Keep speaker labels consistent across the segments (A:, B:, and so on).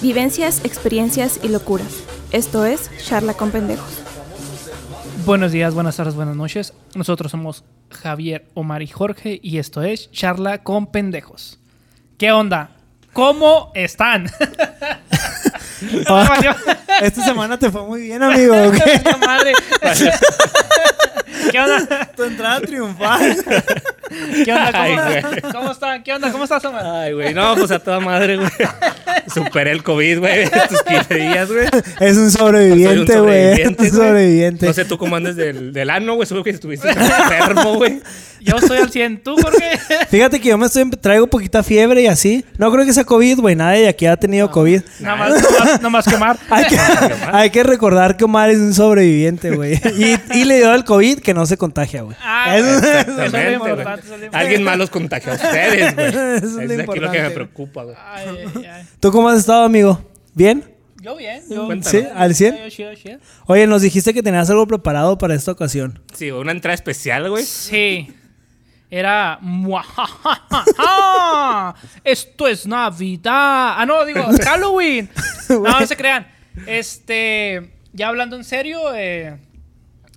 A: Vivencias, experiencias y locuras. Esto es Charla con Pendejos.
B: Buenos días, buenas tardes, buenas noches. Nosotros somos Javier, Omar y Jorge y esto es Charla con Pendejos. ¿Qué onda? ¿Cómo están?
C: Esta semana te fue muy bien, amigo. ¿o qué?
B: ¡Puta madre! ¿Qué onda?
C: tu entrada triunfal.
B: ¿Qué onda? ¿Cómo,
D: Ay,
B: están?
D: güey.
B: ¿Cómo están? ¿Qué onda? ¿Cómo estás, Omar?
D: Ay, güey. No, pues a toda madre, güey. Superé el COVID, güey. Estos 15 días, güey.
C: Es un
D: Soy un
C: sobreviviente, güey. Es
D: sobreviviente,
C: un
D: güey.
C: sobreviviente.
D: No sé tú cómo andes del, del ano, güey. Supongo que estuviste enfermo, güey.
B: Yo estoy al 100. ¿Tú, Jorge?
C: Fíjate que yo me estoy, traigo poquita fiebre y así. No creo que sea COVID, güey. Nadie de aquí ha tenido COVID.
B: Nada más, no más, no más quemar.
C: Hay que, hay que recordar que Omar es un sobreviviente, güey. Y, y le dio al COVID que no se contagia, güey.
B: Ah,
C: Eso-
B: exactamente,
C: eso es lo
D: güey.
C: importante.
B: eso es lo importante.
D: Alguien más los contagió a ustedes, güey.
C: Eso es
D: Es,
C: lo
D: de aquí lo que me
C: importante.
D: preocupa, güey.
B: Ay, ay, ay.
C: ¿Tú cómo has estado, amigo? ¿Bien?
B: Yo bien. Yo,
D: Cuéntame.
C: ¿Sí? ¿Al 100?
B: Yo chido, chido.
C: Oye, nos dijiste que tenías algo preparado para esta ocasión.
D: Sí, güey, una entrada especial, güey.
B: Sí. Era. ¡Muajajaja! Esto es Navidad. Ah, no, digo, Halloween. No, no se crean. Este. Ya hablando en serio, eh,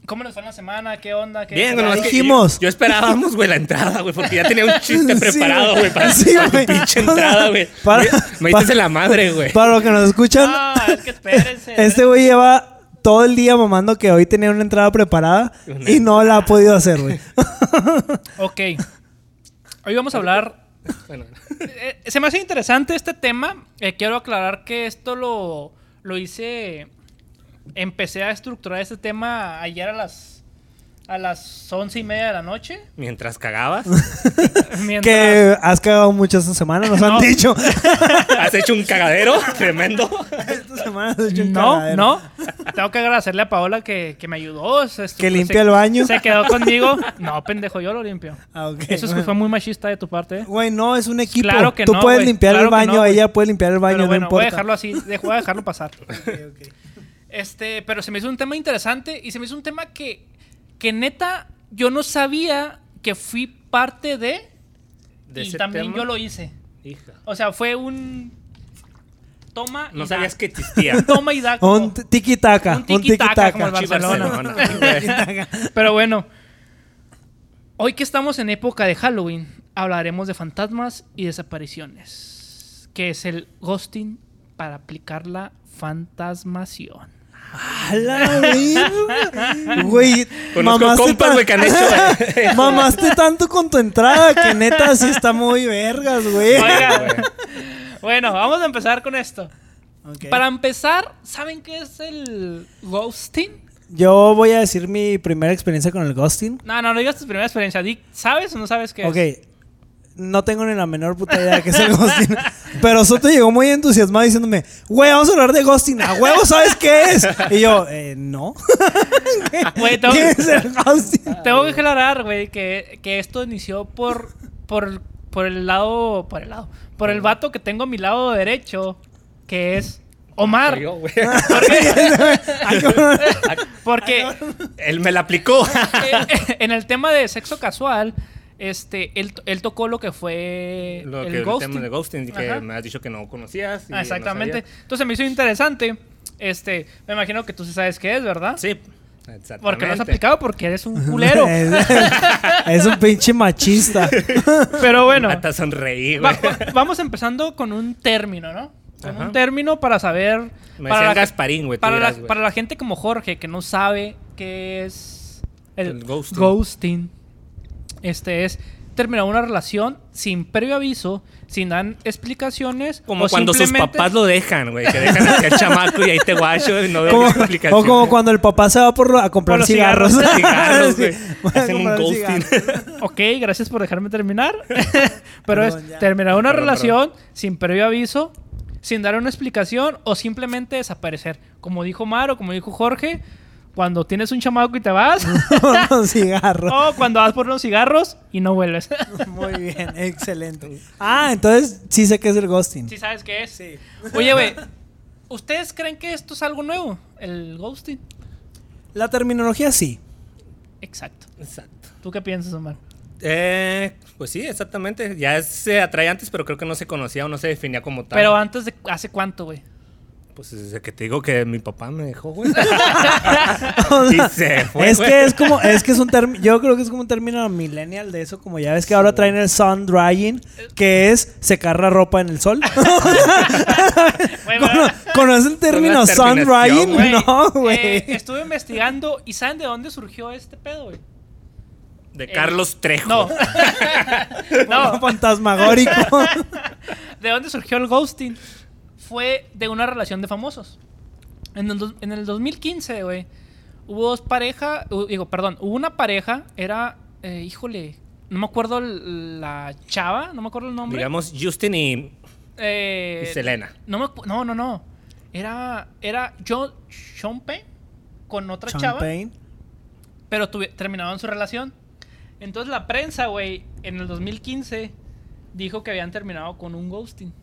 B: ¿cómo nos fue en la semana? ¿Qué onda? ¿Qué
D: Bien,
B: qué
D: güey, nomás
B: tal?
D: que
C: dijimos.
D: Yo, yo esperábamos, güey, la entrada, güey, porque ya tenía un chiste
C: Sí,
D: preparado,
C: güey.
D: güey, para,
C: Sí,
D: para
C: güey.
D: tu pinche entrada, güey.
C: Para-
D: me me
C: para-
D: diste la madre, güey.
C: Para los que nos escuchan,
B: Ah, es que espérense.
C: Este güey lleva todo el día mamando que hoy tenía una entrada preparada y no la ha podido hacer, güey.
B: Ok. Hoy vamos a hablar.
D: Bueno, bueno.
B: eh, se me hace interesante este tema. Eh, quiero aclarar que esto lo, lo hice. Empecé a estructurar este tema ayer a las. A las once y media de la noche.
D: mientras cagabas,
B: Mientras-
C: que has cagado mucho esta semana, nos
B: No.
C: han dicho.
D: has hecho un cagadero tremendo.
C: esta semana has hecho un
B: No,
C: cagadero.
B: no. Tengo que agradecerle a Paola que, que me ayudó. se- se-
C: Que limpia
B: se-
C: el baño.
B: Se quedó conmigo. No, pendejo, yo lo limpio.
C: Ah, ok.
B: Eso es que fue muy machista de tu parte. ¿eh?
C: Güey, no, es un equipo.
B: Claro que
C: Tú
B: no,
C: puedes
B: güey.
C: limpiar el
B: Claro que
C: baño,
B: no, güey.
C: ella puede limpiar el baño,
B: pero bueno,
C: no
B: voy
C: importa.
B: a dejarlo así. de- Voy a dejarlo pasar. Este, pero se me hizo un tema interesante y se me hizo un tema que, que neta, yo no sabía que fui parte de.
D: De
B: y
D: ese
B: también
D: tema.
B: yo lo hice.
D: Hija.
B: O sea, fue un. Toma y
D: No
B: da.
D: sabías que existía.
B: Toma y da. como-
C: Un t- tiki-taka.
B: Un
C: Un
B: tiki-taka, como el
C: tiki-taka.
B: Bar-
D: Chivas
B: Barcelona.
D: Barcelona, güey.
B: Pero bueno, hoy que estamos en época de Halloween, hablaremos de fantasmas y desapariciones, que es el ghosting para aplicar la fantasmación.
C: A la verga. Güey,
D: Conozco compas,
C: tan-
D: güey, que han hecho.
C: Mamaste tanto con tu entrada que neta sí está muy vergas, güey.
B: Oigan, bueno, vamos a empezar con esto.
C: Ok.
B: Para empezar, ¿saben qué es el ghosting?
C: Yo voy a decir mi primera experiencia con el ghosting.
B: No, no, no digas tu primera experiencia. Di, ¿Sabes o no sabes qué es?
C: Ok. No tengo ni la menor puta idea de qué es el ghosting. Pero Soto llegó muy entusiasmado diciéndome, güey, vamos a hablar de ghosting. A huevo, ¿sabes qué es? Y yo, eh, no.
B: Ah, Güey, tengo-
C: ¿Qué es el ghosting?
B: Tengo que aclarar, güey, que, que esto inició por, por, por el lado. Por el lado. Por el vato que tengo a mi lado derecho, que es Omar.
D: Soy yo, güey.
B: Porque
D: Ah, Él me la aplicó.
C: Ah,
B: eh, en el tema de sexo casual, este, él, él tocó lo que fue
D: Lo
B: el
D: que, el
B: ghosting.
D: tema de ghosting, que
B: Ajá.
D: me has dicho que no conocías. y
B: Ah, Exactamente.
D: no sabía.
B: Entonces me hizo interesante. Este, me imagino que tú sí sabes qué es, ¿verdad?
D: sí, exactamente.
B: Porque lo has aplicado porque eres un culero.
C: Es, es un pinche machista.
B: Pero bueno.
D: Hasta sonreí,
B: Va-
D: güey.
B: va- vamos empezando con un término, ¿no? Con
D: Ajá.
B: un término para saber.
D: Me
B: para
D: decían
B: la-
D: Gasparín, güey. tú
B: para,
D: dirás,
B: la,
D: güey.
B: para la gente como Jorge, que no sabe qué es el,
D: El
B: ghosting.
D: ghosting.
B: Este es terminar una relación sin previo aviso, sin dar explicaciones.
D: Como
B: o
D: cuando sus
B: simplemente-
D: papás lo dejan, güey. Que dejan hacia el chamaco y ahí te guacho y no veo
C: Como-
D: ninguna explicación.
C: o como cuando el papá se va por, a
B: Por
C: comprar
B: los
C: cigarros.
B: cigarros.
D: Cigarros, güey.
C: Sí, voy a
D: Hacen un
C: comprar
D: ghosting.
C: cigarros.
B: Ok, gracias por dejarme terminar. Pero
C: Perdón,
B: es
C: ya.
B: terminar una
D: Perdón,
B: relación sin previo aviso, sin dar una explicación o simplemente desaparecer. Como dijo Maro, como dijo Jorge, cuando tienes un chamaco y te vas,
C: Por los cigarros.
B: o cuando vas por unos cigarros y no vuelves.
C: Muy bien, excelente. Ah, entonces sí sé qué es el ghosting.
B: ¿Sí sabes qué es? Oye, güey, ¿ustedes creen que esto es algo nuevo? El ghosting.
C: La terminología sí.
B: Exacto.
D: Exacto.
B: ¿Tú qué piensas, Omar?
D: Eh, pues sí, exactamente. Ya se atrae antes, pero creo que no se conocía o no se definía como tal.
B: Pero antes de. ¿Hace cuánto, güey?
D: Pues desde que te digo que mi papá me dejó, güey. Y se fue,
C: es
D: güey.
C: que es como, es que es un término, yo creo que es como un término millennial de eso, como ya ves que ahora traen el sun drying, que es secar la ropa en el sol.
B: Güey,
C: ¿Cono- ¿Conoces el término sun
D: terminación,
C: drying?
B: güey,
C: No, güey.
B: eh, estuve investigando y ¿saben de dónde surgió este pedo, güey?
D: De Carlos Trejo.
B: Eh, No. no,
C: Fantasmagórico.
B: pues, ¿De dónde surgió el ghosting? Fue de una relación de famosos. En el, dos- en el 2015, güey, hubo dos parejas, digo, perdón, hubo una pareja, era, eh, híjole, no me acuerdo el- la chava, no me acuerdo el nombre.
D: Digamos Justin y
B: Eh,
D: y Selena.
B: No, me acu- no, no, no. Era, era John Champagne con otra chava
C: Champagne.
B: pero tuve- terminaron su relación. Entonces la prensa, güey, en el 2015 dijo que habían terminado con un ghosting.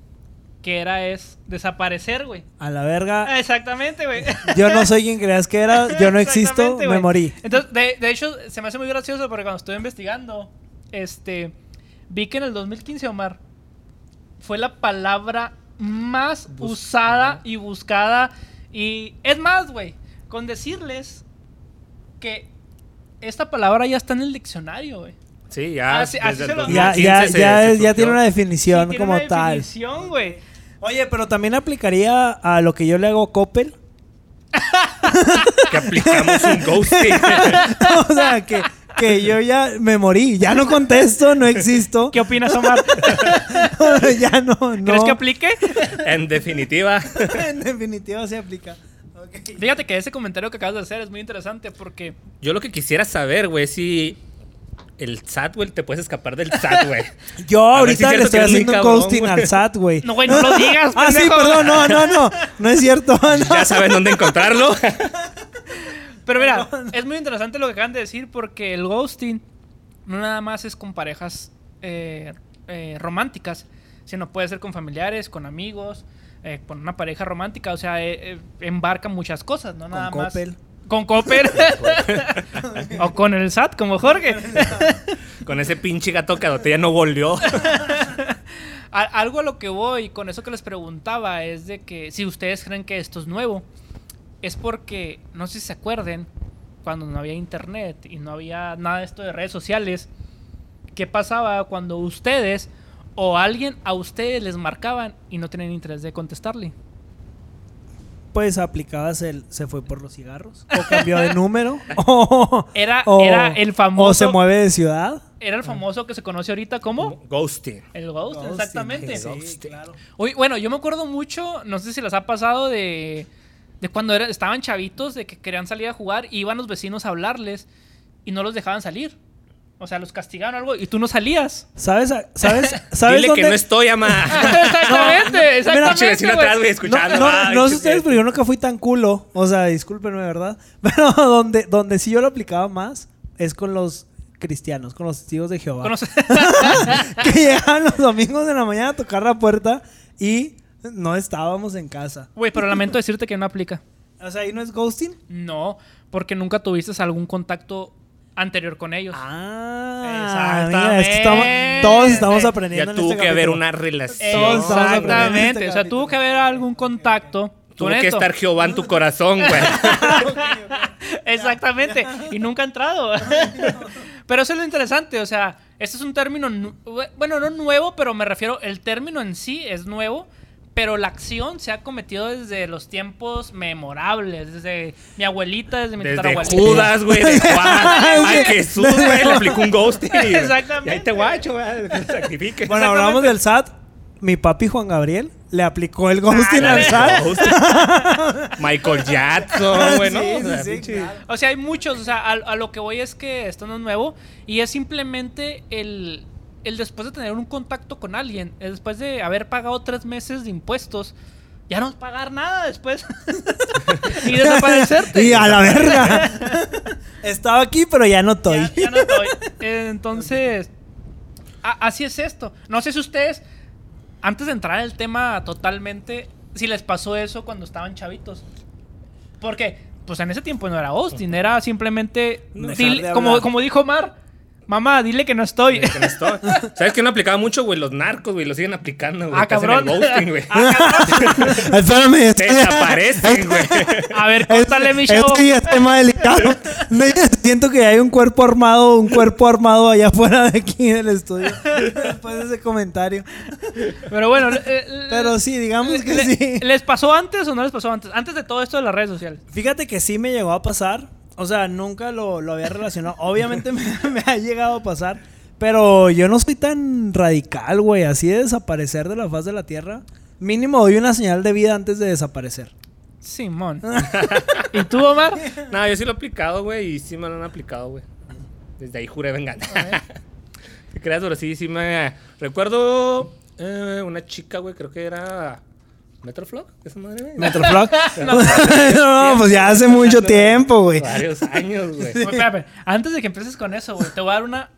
B: Que era es desaparecer, güey.
C: A la verga.
B: Ah, Exactamente, güey.
C: Yo no soy quien creas que era, yo no existo,
B: Exactamente,
C: me
B: güey.
C: morí.
B: Entonces, de, de hecho, se me hace muy gracioso porque cuando estuve investigando, este, vi que en el 2015, Omar, fue la palabra más usada y buscada. Y es más, güey, con decirles que esta palabra ya está en el diccionario, güey.
D: Sí, ya.
B: Ah, sí, así
D: desde
B: se
D: el
B: lo-
D: 2015
C: Ya, ya,
D: se-
C: ya,
D: se
C: es- ya tiene
D: surgió.
C: una
B: Sí,
C: definición
B: tiene
C: como
B: una
C: tal.
B: definición, güey.
C: Oye, pero también aplicaría a lo que yo le hago a Coppel.
D: Que aplicamos un ghosting.
C: o sea, que, que yo ya me morí, ya no contesto, no existo.
B: ¿Qué opinas, Omar?
C: ya no, no.
B: ¿Crees que aplique?
D: en definitiva.
C: en definitiva se aplica. Ok.
B: Fíjate que ese comentario que acabas de hacer es muy interesante porque
D: Yo lo que quisiera saber, güey, es si el SAT, güey, te puedes escapar del SAT, güey.
C: Yo
D: A ver si
C: ahorita
D: es
C: le estoy
D: cierto que es muy
C: haciendo un
D: cabrón,
C: ghosting
D: güey.
C: al SAT, güey.
B: No, güey, no lo digas,
C: ah, sí,
B: pendejo.
C: perdón, no, no, no. No es cierto. no.
D: Ya saben dónde encontrarlo.
B: Pero mira, es muy interesante lo que acaban de decir porque el ghosting no nada más es con parejas eh, eh, románticas, sino puede ser con familiares, con amigos, eh, con una pareja romántica, o sea, eh, eh, embarca muchas cosas, ¿no? Nada más.
C: Coppel.
B: Con Coppel. o con el SAT, como Jorge.
D: Con ese pinche gato que ya no volvió.
B: A- algo a lo que voy con eso que les preguntaba es de que si ustedes creen que esto es nuevo, es porque, no sé si se acuerden, cuando no había internet y no había nada de esto de redes sociales, ¿qué pasaba cuando ustedes o alguien a ustedes les marcaban y no tenían interés de contestarle?
C: Pues aplicabas el se fue por los cigarros. O cambió de número. O,
B: Era-
C: o-
B: era el famoso-
C: O se mueve de ciudad.
B: Era
D: Ah.
B: el famoso que se conoce ahorita como
D: Ghosting.
B: el ghost,
C: Ghosting,
B: exactamente.
D: sí.
B: Oye, bueno, yo me acuerdo mucho, no sé si les ha pasado de, de cuando era- estaban chavitos, de que querían salir a jugar, y iban los vecinos a hablarles y no los dejaban salir. O sea, los castigaban o algo y tú no salías.
C: ¿Sabes? a- ¿Sabes? ¿Sabes
D: Dile
C: dónde?
D: que no estoy, ama.
B: exactamente,
D: Pinche
B: exactamente.
D: vecino
B: güey.
D: atrás, güey,
C: No,
D: escuchando.
C: no,
D: ay,
C: no
D: che,
C: sé ustedes, pero yo nunca fui tan culo. O sea, discúlpenme, ¿verdad? Pero donde, donde sí yo lo aplicaba más es con los cristianos, con los testigos de Jehová.
B: Con los-
C: que llegaban los domingos de la mañana a tocar la puerta y no estábamos en casa.
B: Güey, pero lamento decirte que no aplica.
C: O sea, ¿ahí no es ghosting?
B: No, porque nunca tuviste algún contacto anterior con ellos.
C: Ah, mira, es que estamos- todos estamos
B: Exactamente.
C: aprendiendo
D: Ya
C: en
D: tuvo
C: este
D: que haber
C: capítulo. Eh,
D: una relación.
C: Todos estamos aprendiendo en
B: Exactamente.
C: este
B: o sea,
C: capítulo.
B: tuvo que haber algún contacto.
D: Tuvo
B: con
D: que
B: esto.
D: estar Jehová en tu corazón, güey.
B: Exactamente. Y nunca ha entrado. pero eso es lo interesante. O sea, este es un término. nu- Bueno, no nuevo, pero me refiero. El término en sí es nuevo. Pero la acción se ha cometido desde los tiempos memorables. Desde mi abuelita, desde mi
D: Desde
B: tatarabuelita.
D: Judas, güey, de Juan.
C: Sí.
D: Ay, Jesús, güey, le aplicó un ghosting. y-
B: Exactamente.
D: Y ahí te guacho, güey, que te sacrifique.
B: Exactamente.
C: Bueno, hablamos del SAT. Mi papi Juan Gabriel le aplicó el ghosting
D: Ah,
C: al SAT.
D: ghosting. Michael Jackson, güey, ¿no?
C: Sí,
D: O sea,
C: sí, sí,
D: pinche-
C: claro.
B: O sea, hay muchos. O sea, a, a lo que voy es que esto no es nuevo. Y es simplemente el, el después de tener un contacto con alguien, el después de haber pagado tres meses de impuestos, ya no pagar nada después. y desaparecerte.
C: Y a la verga. Estaba aquí, pero ya no estoy.
B: Ya, ya no estoy. Entonces, a- así es esto. No sé si ustedes, antes de entrar al tema totalmente, si les pasó eso cuando estaban chavitos. Porque, pues en ese tiempo no era Austin, era simplemente, dil-
C: Dejar de hablar.
B: como, como dijo Mar, Mamá, dile que no estoy.
D: Que no estoy. ¿Sabes qué no aplicaba mucho, güey? Los narcos, güey, lo siguen aplicando, güey.
B: Ah,
D: que hacen
B: cabrón.
D: el ghosting, güey.
C: Espérame.
D: Te desaparecen, güey.
B: A ver, córtale, mi show.
C: Es que ya es tema delicado. No, yo Siento que hay un cuerpo armado, un cuerpo armado allá afuera de aquí del estudio. Después de ese comentario.
B: Pero bueno, eh, eh,
C: Pero sí, digamos que
B: le-
C: sí.
B: ¿les pasó antes o no les pasó antes? Antes de todo esto de las redes sociales.
C: Fíjate que sí me llegó a pasar. O sea, nunca lo, lo había relacionado. Obviamente me, me ha llegado a pasar. Pero yo no soy tan radical, güey. Así de desaparecer de la faz de la tierra. Mínimo doy una señal de vida antes de desaparecer.
B: Simón. ¿Y tú, Omar?
D: No, yo sí lo he aplicado, güey, y sí me lo han aplicado, güey. Desde ahí juré venganza. ¿Te creas, pero sí, sí me... Recuerdo eh, una chica, güey, creo que era... ¿Metroflog? ¿Esa madre, güey?
C: Metroflog. no, pues ya hace mucho tiempo, güey.
D: Varios años, güey.
B: Oye, espérame, antes de que empieces con eso, güey, te voy a dar una.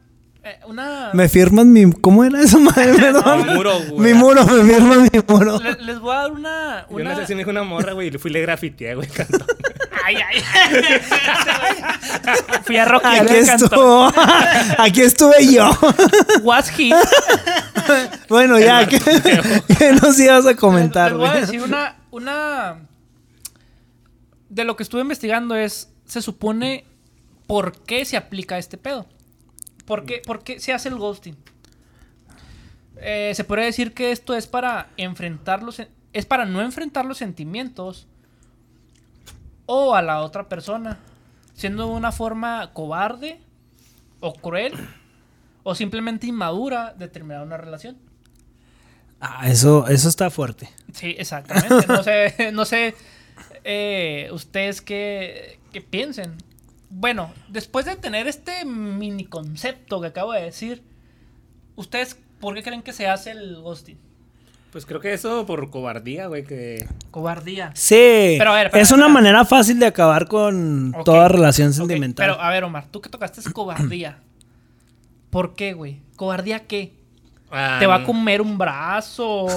B: eh, una
C: Me firman mi. ¿Cómo era esa madre? Perdón.
D: mi muro, güey.
C: Mi muro, me firman mi muro.
B: le- les voy a dar una.
D: Yo
B: una-
D: no sé si me dijo una morra, güey, y le fui y le grafiteé, güey, cantó.
B: Ay, ay. Fui a Rocky
C: Aquí
B: le cantó.
C: estuvo. Aquí estuve yo.
B: Was he.
C: Bueno, ya, ¿qué, qué nos ibas a comentar,
B: Les voy a
C: güey?
B: decir una, una. De lo que estuve investigando es. Se supone. ¿Por qué se aplica este pedo? ¿Por qué, por qué se hace el ghosting? Eh, se podría decir que esto es para enfrentar los. Es para no enfrentar los sentimientos. O a la otra persona. Siendo una forma cobarde. O cruel. O simplemente inmadura de terminar una relación.
C: Ah, eso, eso está fuerte.
B: Sí, exactamente. No sé, no sé eh, ustedes qué, qué piensen. Bueno, después de tener este mini concepto que acabo de decir, ¿ustedes por qué creen que se hace el ghosting?
D: Pues creo que eso por cobardía, güey, que...
B: Cobardía.
C: Sí.
B: Pero a ver, espera,
C: es una
B: espera.
C: manera fácil de acabar con
B: Ok.
C: toda relación
B: Ok,
C: sentimental.
B: pero ah, a ver, Omar, tú que tocaste es cobardía. ¿Por qué, güey? ¿Cobardía qué?
D: Ah,
B: ¿Te
D: um,
B: va a comer un brazo? ¿O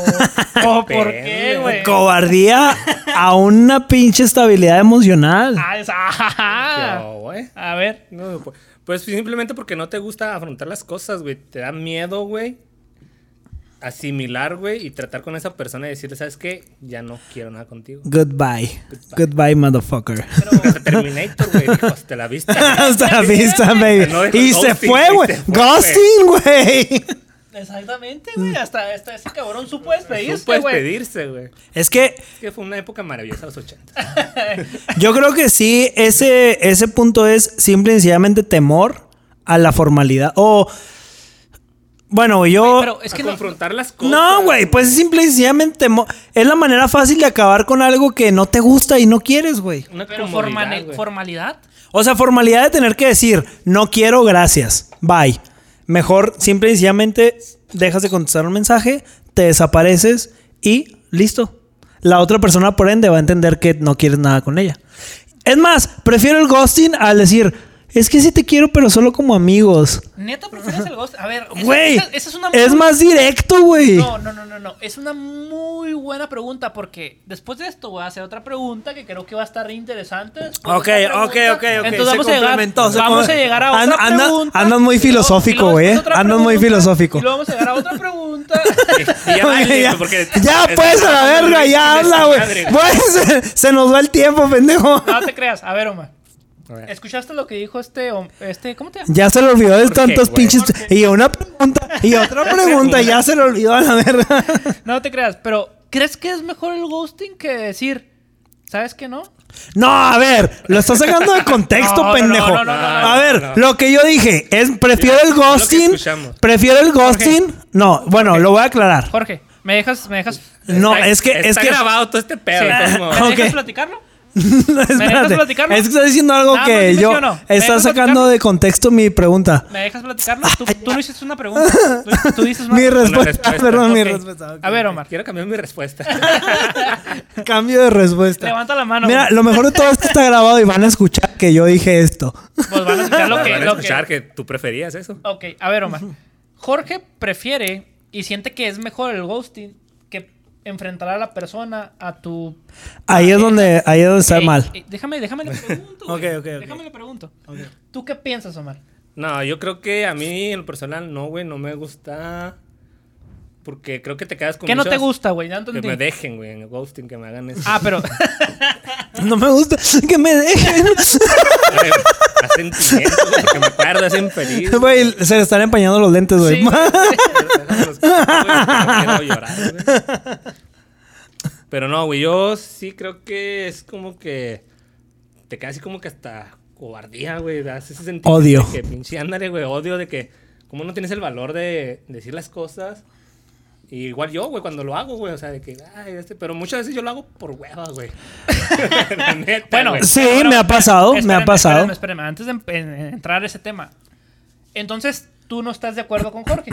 B: por qué,
D: Depende.
B: güey?
C: Cobardía a una pinche estabilidad emocional.
B: Ah, esa-
D: Yo, güey.
B: A ver.
D: No, pu- pues simplemente porque no te gusta afrontar las cosas, güey. Te da miedo, güey. Asimilar, güey, y tratar con esa persona y decirle, ¿sabes qué? Ya no quiero nada contigo.
C: Goodbye. Goodbye.
D: Goodbye.
C: motherfucker.
D: Hasta Terminator, güey. dijo, Hasta la vista.
C: Hasta la vista, baby.
D: No dijo
C: y se
D: ghosting,
C: fue,
D: güey,
C: güey.
D: se fue,
C: Ghosting, güey.
B: Exactamente, güey. Hasta, hasta ese cabrón supo despedirse,
D: Supo
B: güey.
D: despedirse, güey.
C: Es que
D: Es que fue una época maravillosa, los 80.
C: Yo creo que sí, ese, ese punto es simple y sencillamente temor a la formalidad. O. Bueno, yo.
B: Güey, pero es
D: Es
B: que
D: que
B: no-
D: confrontar las cosas.
C: no, güey, pues es simple y sencillamente temor. Es la manera fácil de acabar con algo que no te gusta y no quieres, güey.
D: Una
B: pero
D: comodidad,
B: formane-
D: güey.
B: formalidad.
C: O sea, formalidad de tener que decir, no quiero, gracias, bye. Mejor, simple y sencillamente dejas de contestar un mensaje, te desapareces y listo. La otra persona, por ende, va a entender que no quieres nada con ella. Es más, prefiero el ghosting al decir, es que sí te quiero, pero solo como amigos.
B: Neta prefieres el ghost. A ver, esa-
C: Güey,
B: esa- esa es una
C: es
B: muy-
C: más directo, güey.
B: No, no, no, no, no. Es una muy buena pregunta porque después de esto voy a hacer otra pregunta que creo que va a estar interesante. después de
C: Ok,
B: esta
C: ok,
B: pregunta.
C: ok, ok.
B: Entonces
C: Se
B: vamos a llegar,
C: complementó, se
B: vamos a
C: com-
B: llegar a otra
C: Anda- anda-
B: pregunta.
C: andas muy
B: y luego- y luego
C: filosófico, güey,
B: después otra
C: eh. Andas muy
B: pregunta,
C: filosófico.
B: Y luego vamos a llegar a otra pregunta.
D: Y ya, vale,
C: ya,
D: güey, porque-
C: ya,
D: es-
C: pues, a la
D: es-
C: verga, ya
D: es-
C: habla, güey.
D: madre,
C: Pues, se, se nos va el tiempo, pendejo.
B: no te creas. A ver, Omar.
D: A ver.
B: ¿Escuchaste lo que dijo este, hom- este ¿cómo te llamas?
C: Ya se le olvidó de
D: ¿Por qué,
C: tantos
D: güey?
C: pinches. Y una pregunta, y otra pregunta, ya se le olvidó a la verga.
B: No te creas, pero ¿crees que es mejor el ghosting que decir, ¿sabes qué no?
C: No, a ver, lo estás sacando de contexto,
B: No, no,
C: pendejo.
B: no, no, no,
D: no,
C: a
D: no,
C: ver,
D: no.
C: lo que yo dije es prefiero el
D: Lo que
C: ghosting.
D: escuchamos.
C: Prefiero el ghosting. No, bueno, lo voy a aclarar.
B: Jorge, ¿me dejas, me dejas,
C: No,
D: Está-
C: es que es
D: está
C: que
D: grabado todo este pedo.
B: Sí.
D: de todos
B: ¿me
D: modos.
B: dejas
C: Ok.
B: platicarlo?
C: No, espérate.
B: platicarlo?
C: Es que estás diciendo
D: Ah,
C: algo
D: pues
B: Nada más
C: que
B: dime
C: yo
B: sí o no. ¿Me
C: estás
B: dejas
C: sacando
B: platicarlo?
C: de contexto mi pregunta.
B: ¿Me dejas platicarlo? Tú, tú no hiciste una pregunta. Tú, tú
D: Pues
B: dices una
C: Mi respuesta,
D: respuesta,
C: perdón, mi
B: Ok.
C: respuesta. ok.
B: A ver, Omar,
D: Quiero cambiar mi respuesta.
C: Cambio de respuesta.
B: levanta la mano.
C: Mira,
B: güey.
C: lo mejor de todo es que está grabado y van a escuchar que yo dije esto.
B: Pues van a escuchar lo que...
D: Van a
B: lo que-
D: escuchar que tú preferías eso.
B: Ok, a ver, Omar. Jorge prefiere y siente que es mejor el ghosting que enfrentar a la persona a tu...
C: Ahí es donde, ahí es donde está
B: Ey,
C: mal.
B: ey, déjame, déjame le pregunto, güey.
C: Ok, ok, ok.
B: Déjame le pregunto. ¿Tú qué piensas, Omar?
D: No, yo creo que a mí en lo personal no, güey, no me gusta. Porque creo que te quedas con
B: ¿Qué no te
D: muchas-
B: gusta, güey? Ya
D: Que
B: entendí.
D: me dejen, güey, en el ghosting, que me hagan eso.
B: Ah, pero.
C: No me gusta que me dejen.
D: Güey, hacen sentimiento, güey, porque me acuerdo, hacen feliz. güey.
C: Güey, se le están empañando los lentes, güey.
B: Sí, güey.
D: Déjamelos quietos, güey, porque no quiero llorar, güey. Pero no, güey, yo sí creo que es como que te queda así como que hasta cobardía, güey. Das ese sentido
C: Odio.
D: de que pinche ándale, güey, odio de que como no tienes el valor de decir las cosas. Y igual yo, güey, cuando lo hago, güey, o sea, de que, ay, este, pero muchas veces yo lo hago por hueva, güey. La neta,
B: Bueno,
D: güey.
C: Sí,
B: Pero,
C: me ha pasado, me
B: espérame,
C: ha pasado.
B: Espérame, espérame, antes de em- en- entrar a ese tema. Entonces, tú no estás de acuerdo con Jorge.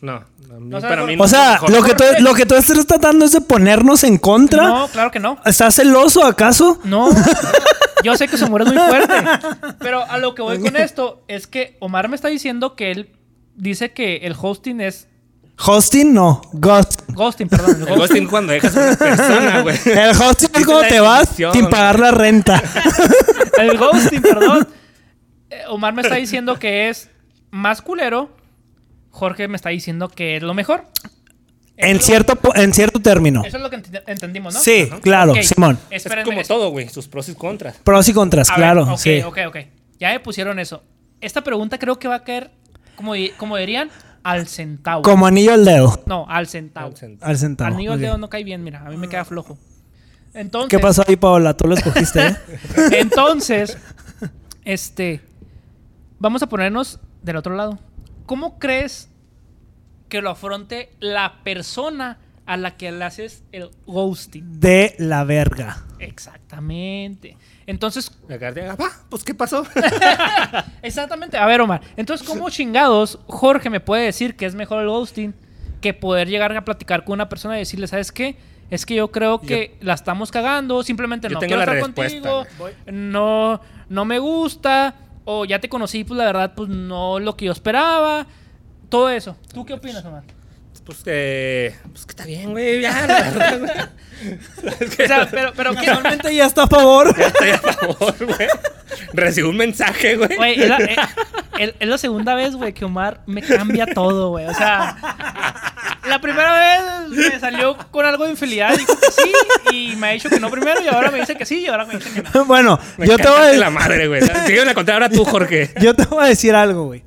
D: No, a mí-
B: No sabes
D: para
B: por-
D: mí no
C: O
D: es
C: sea,
D: mejor.
C: lo que, tú, lo que tú estás tratando es de ponernos en contra.
B: No, claro que no.
C: ¿Estás celoso acaso?
B: No. Yo sé que su amor es muy fuerte. Pero a lo que voy con esto es que Omar me está diciendo que él dice que el hosting es.
C: Hosting no. Ghost.
B: Ghosting, perdón.
D: El ghosting cuando dejas a una persona, güey.
C: El hosting es
D: Dice
C: cuando
D: la
C: te vas
D: definición.
C: sin pagar la renta.
B: El ghosting, perdón. Eh, Omar me está diciendo que es más culero. Jorge me está diciendo que es lo mejor.
C: en,
B: Eso-
C: cierto, po- en cierto término.
B: Eso es lo que enti- entendimos, ¿no?
C: Sí, claro,
B: Ok,
C: Simón.
D: Es
B: espérenme,
D: como
B: es-
D: todo, güey, sus pros y contras.
C: Pros y contras,
B: a ver,
C: claro.
B: ok,
C: sí.
B: ok, ok. Ya me pusieron eso. Esta pregunta creo que va a caer, como, di- como dirían, al centavo.
C: Como anillo al dedo.
B: No, al centavo.
D: Al centavo.
C: Al centavo.
B: Anillo
C: ok.
B: al dedo no cae bien, mira, a mí me queda flojo. Entonces,
C: ¿Qué pasó ahí, Paola? Tú lo escogiste, ¿eh?
B: Entonces, este, vamos a ponernos del otro lado. ¿Cómo crees que lo afronte la persona a la que le haces el ghosting?
C: De la verga.
B: Exactamente. Entonces,
D: La cartera, ah, pues ¿qué pasó?
B: exactamente. A ver, Omar. Entonces, ¿cómo chingados Jorge me puede decir que es mejor el ghosting que poder llegar a platicar con una persona y decirle, ¿sabes qué? Es que yo creo que la estamos cagando, simplemente
D: Yo
B: no
D: tengo
B: quiero
D: la
B: estar
D: respuesta,
B: contigo, no, no me gusta, o ya te conocí, pues la verdad, pues no lo que yo esperaba, todo eso. ¿Tú qué opinas, Omar?
D: pues que. Pues que está bien, güey. Ya, la verdad, güey.
B: O sea, pero, pero ¿qué?
C: Realmente ya está a favor.
D: Ya estoy a favor, güey. Recibí un mensaje, güey.
B: Güey, es la, eh, es- es la segunda vez, güey, que Omar me cambia todo, güey. O sea, la primera vez me salió con algo de infidelidad, dijo que sí, y me ha dicho que no primero, y ahora me dice que sí, y ahora me dice que no.
C: bueno,
D: Me
C: yo te, voy
D: cagaste
C: a,
D: la madre, güey. Sigue la contar ahora tú, Jorge.
C: yo te voy a decir algo, güey.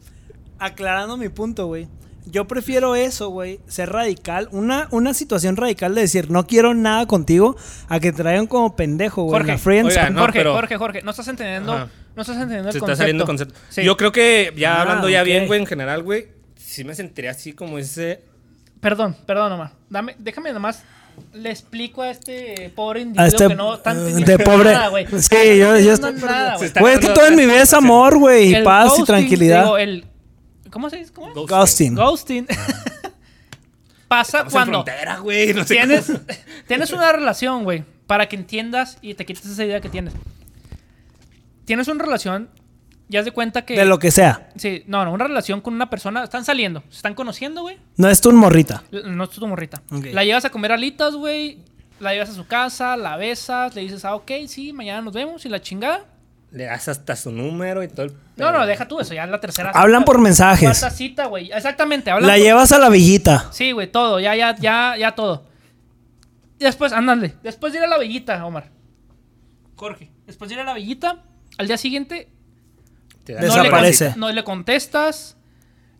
C: Aclarando mi punto, güey. Yo prefiero eso, güey, ser radical, una, una situación radical de decir no quiero nada contigo, a que te traigan como pendejo, güey. en
B: Jorge,
C: la friendzone.
D: oiga, No,
B: Jorge,
D: pero-
B: Jorge, Jorge, no estás entendiendo,
D: Ajá.
B: no estás entendiendo el
D: Se
B: concepto.
D: está saliendo concepto.
B: Sí.
D: Yo creo que ya
C: Ah,
D: hablando ya
C: ok.
D: bien, güey, en general, güey, sí me sentiría así como ese.
B: Perdón, perdón, Omar. Dame, déjame nomás, le explico a este pobre individuo
C: A este
B: que no está entendiendo
C: de pobre.
B: nada, güey.
C: sí,
B: No
C: yo, yo estoy.
B: entiendo nada, güey.
D: está
C: Güey, es que
D: hablando
C: todo en mi
D: de-
C: vida es amor, güey, y
B: El
C: paz y
B: ghosting,
C: tranquilidad.
B: digo, el- ¿Cómo se dice? ¿Cómo es?
C: Ghosting.
B: Ghosting. Pasa
D: Ah. Estamos en
B: cuando
D: frontera, güey. No sé
B: tienes,
D: cómo-
B: tienes una relación, güey, para que entiendas y te quites esa idea que tienes. Tienes una relación, ya has de cuenta que...
C: De lo que sea.
B: Sí, no, no, una relación con una persona, están saliendo, se están conociendo, güey.
C: No es tu morrita.
B: L- No es tu morrita.
C: Ok.
B: La llevas a comer alitas, güey. La llevas a su casa, la besas, le dices, ah, ok, sí, mañana nos vemos y la chingada.
D: Le das hasta su número y todo el.
B: No, no, deja tú eso, ya es la tercera.
C: Hablan
B: cita,
C: por
B: güey.
C: mensajes.
B: Cuarta cita, güey. Exactamente, hablan
C: La
B: por-
C: llevas a la villita.
B: Sí, güey, todo, ya, ya, ya, ya todo. Y después, ándale. Después de ir a la villita, Omar. Jorge. Después de ir a la villita, al día siguiente
D: Te das-
B: no le
C: Desaparece.
B: con- No le, contestas,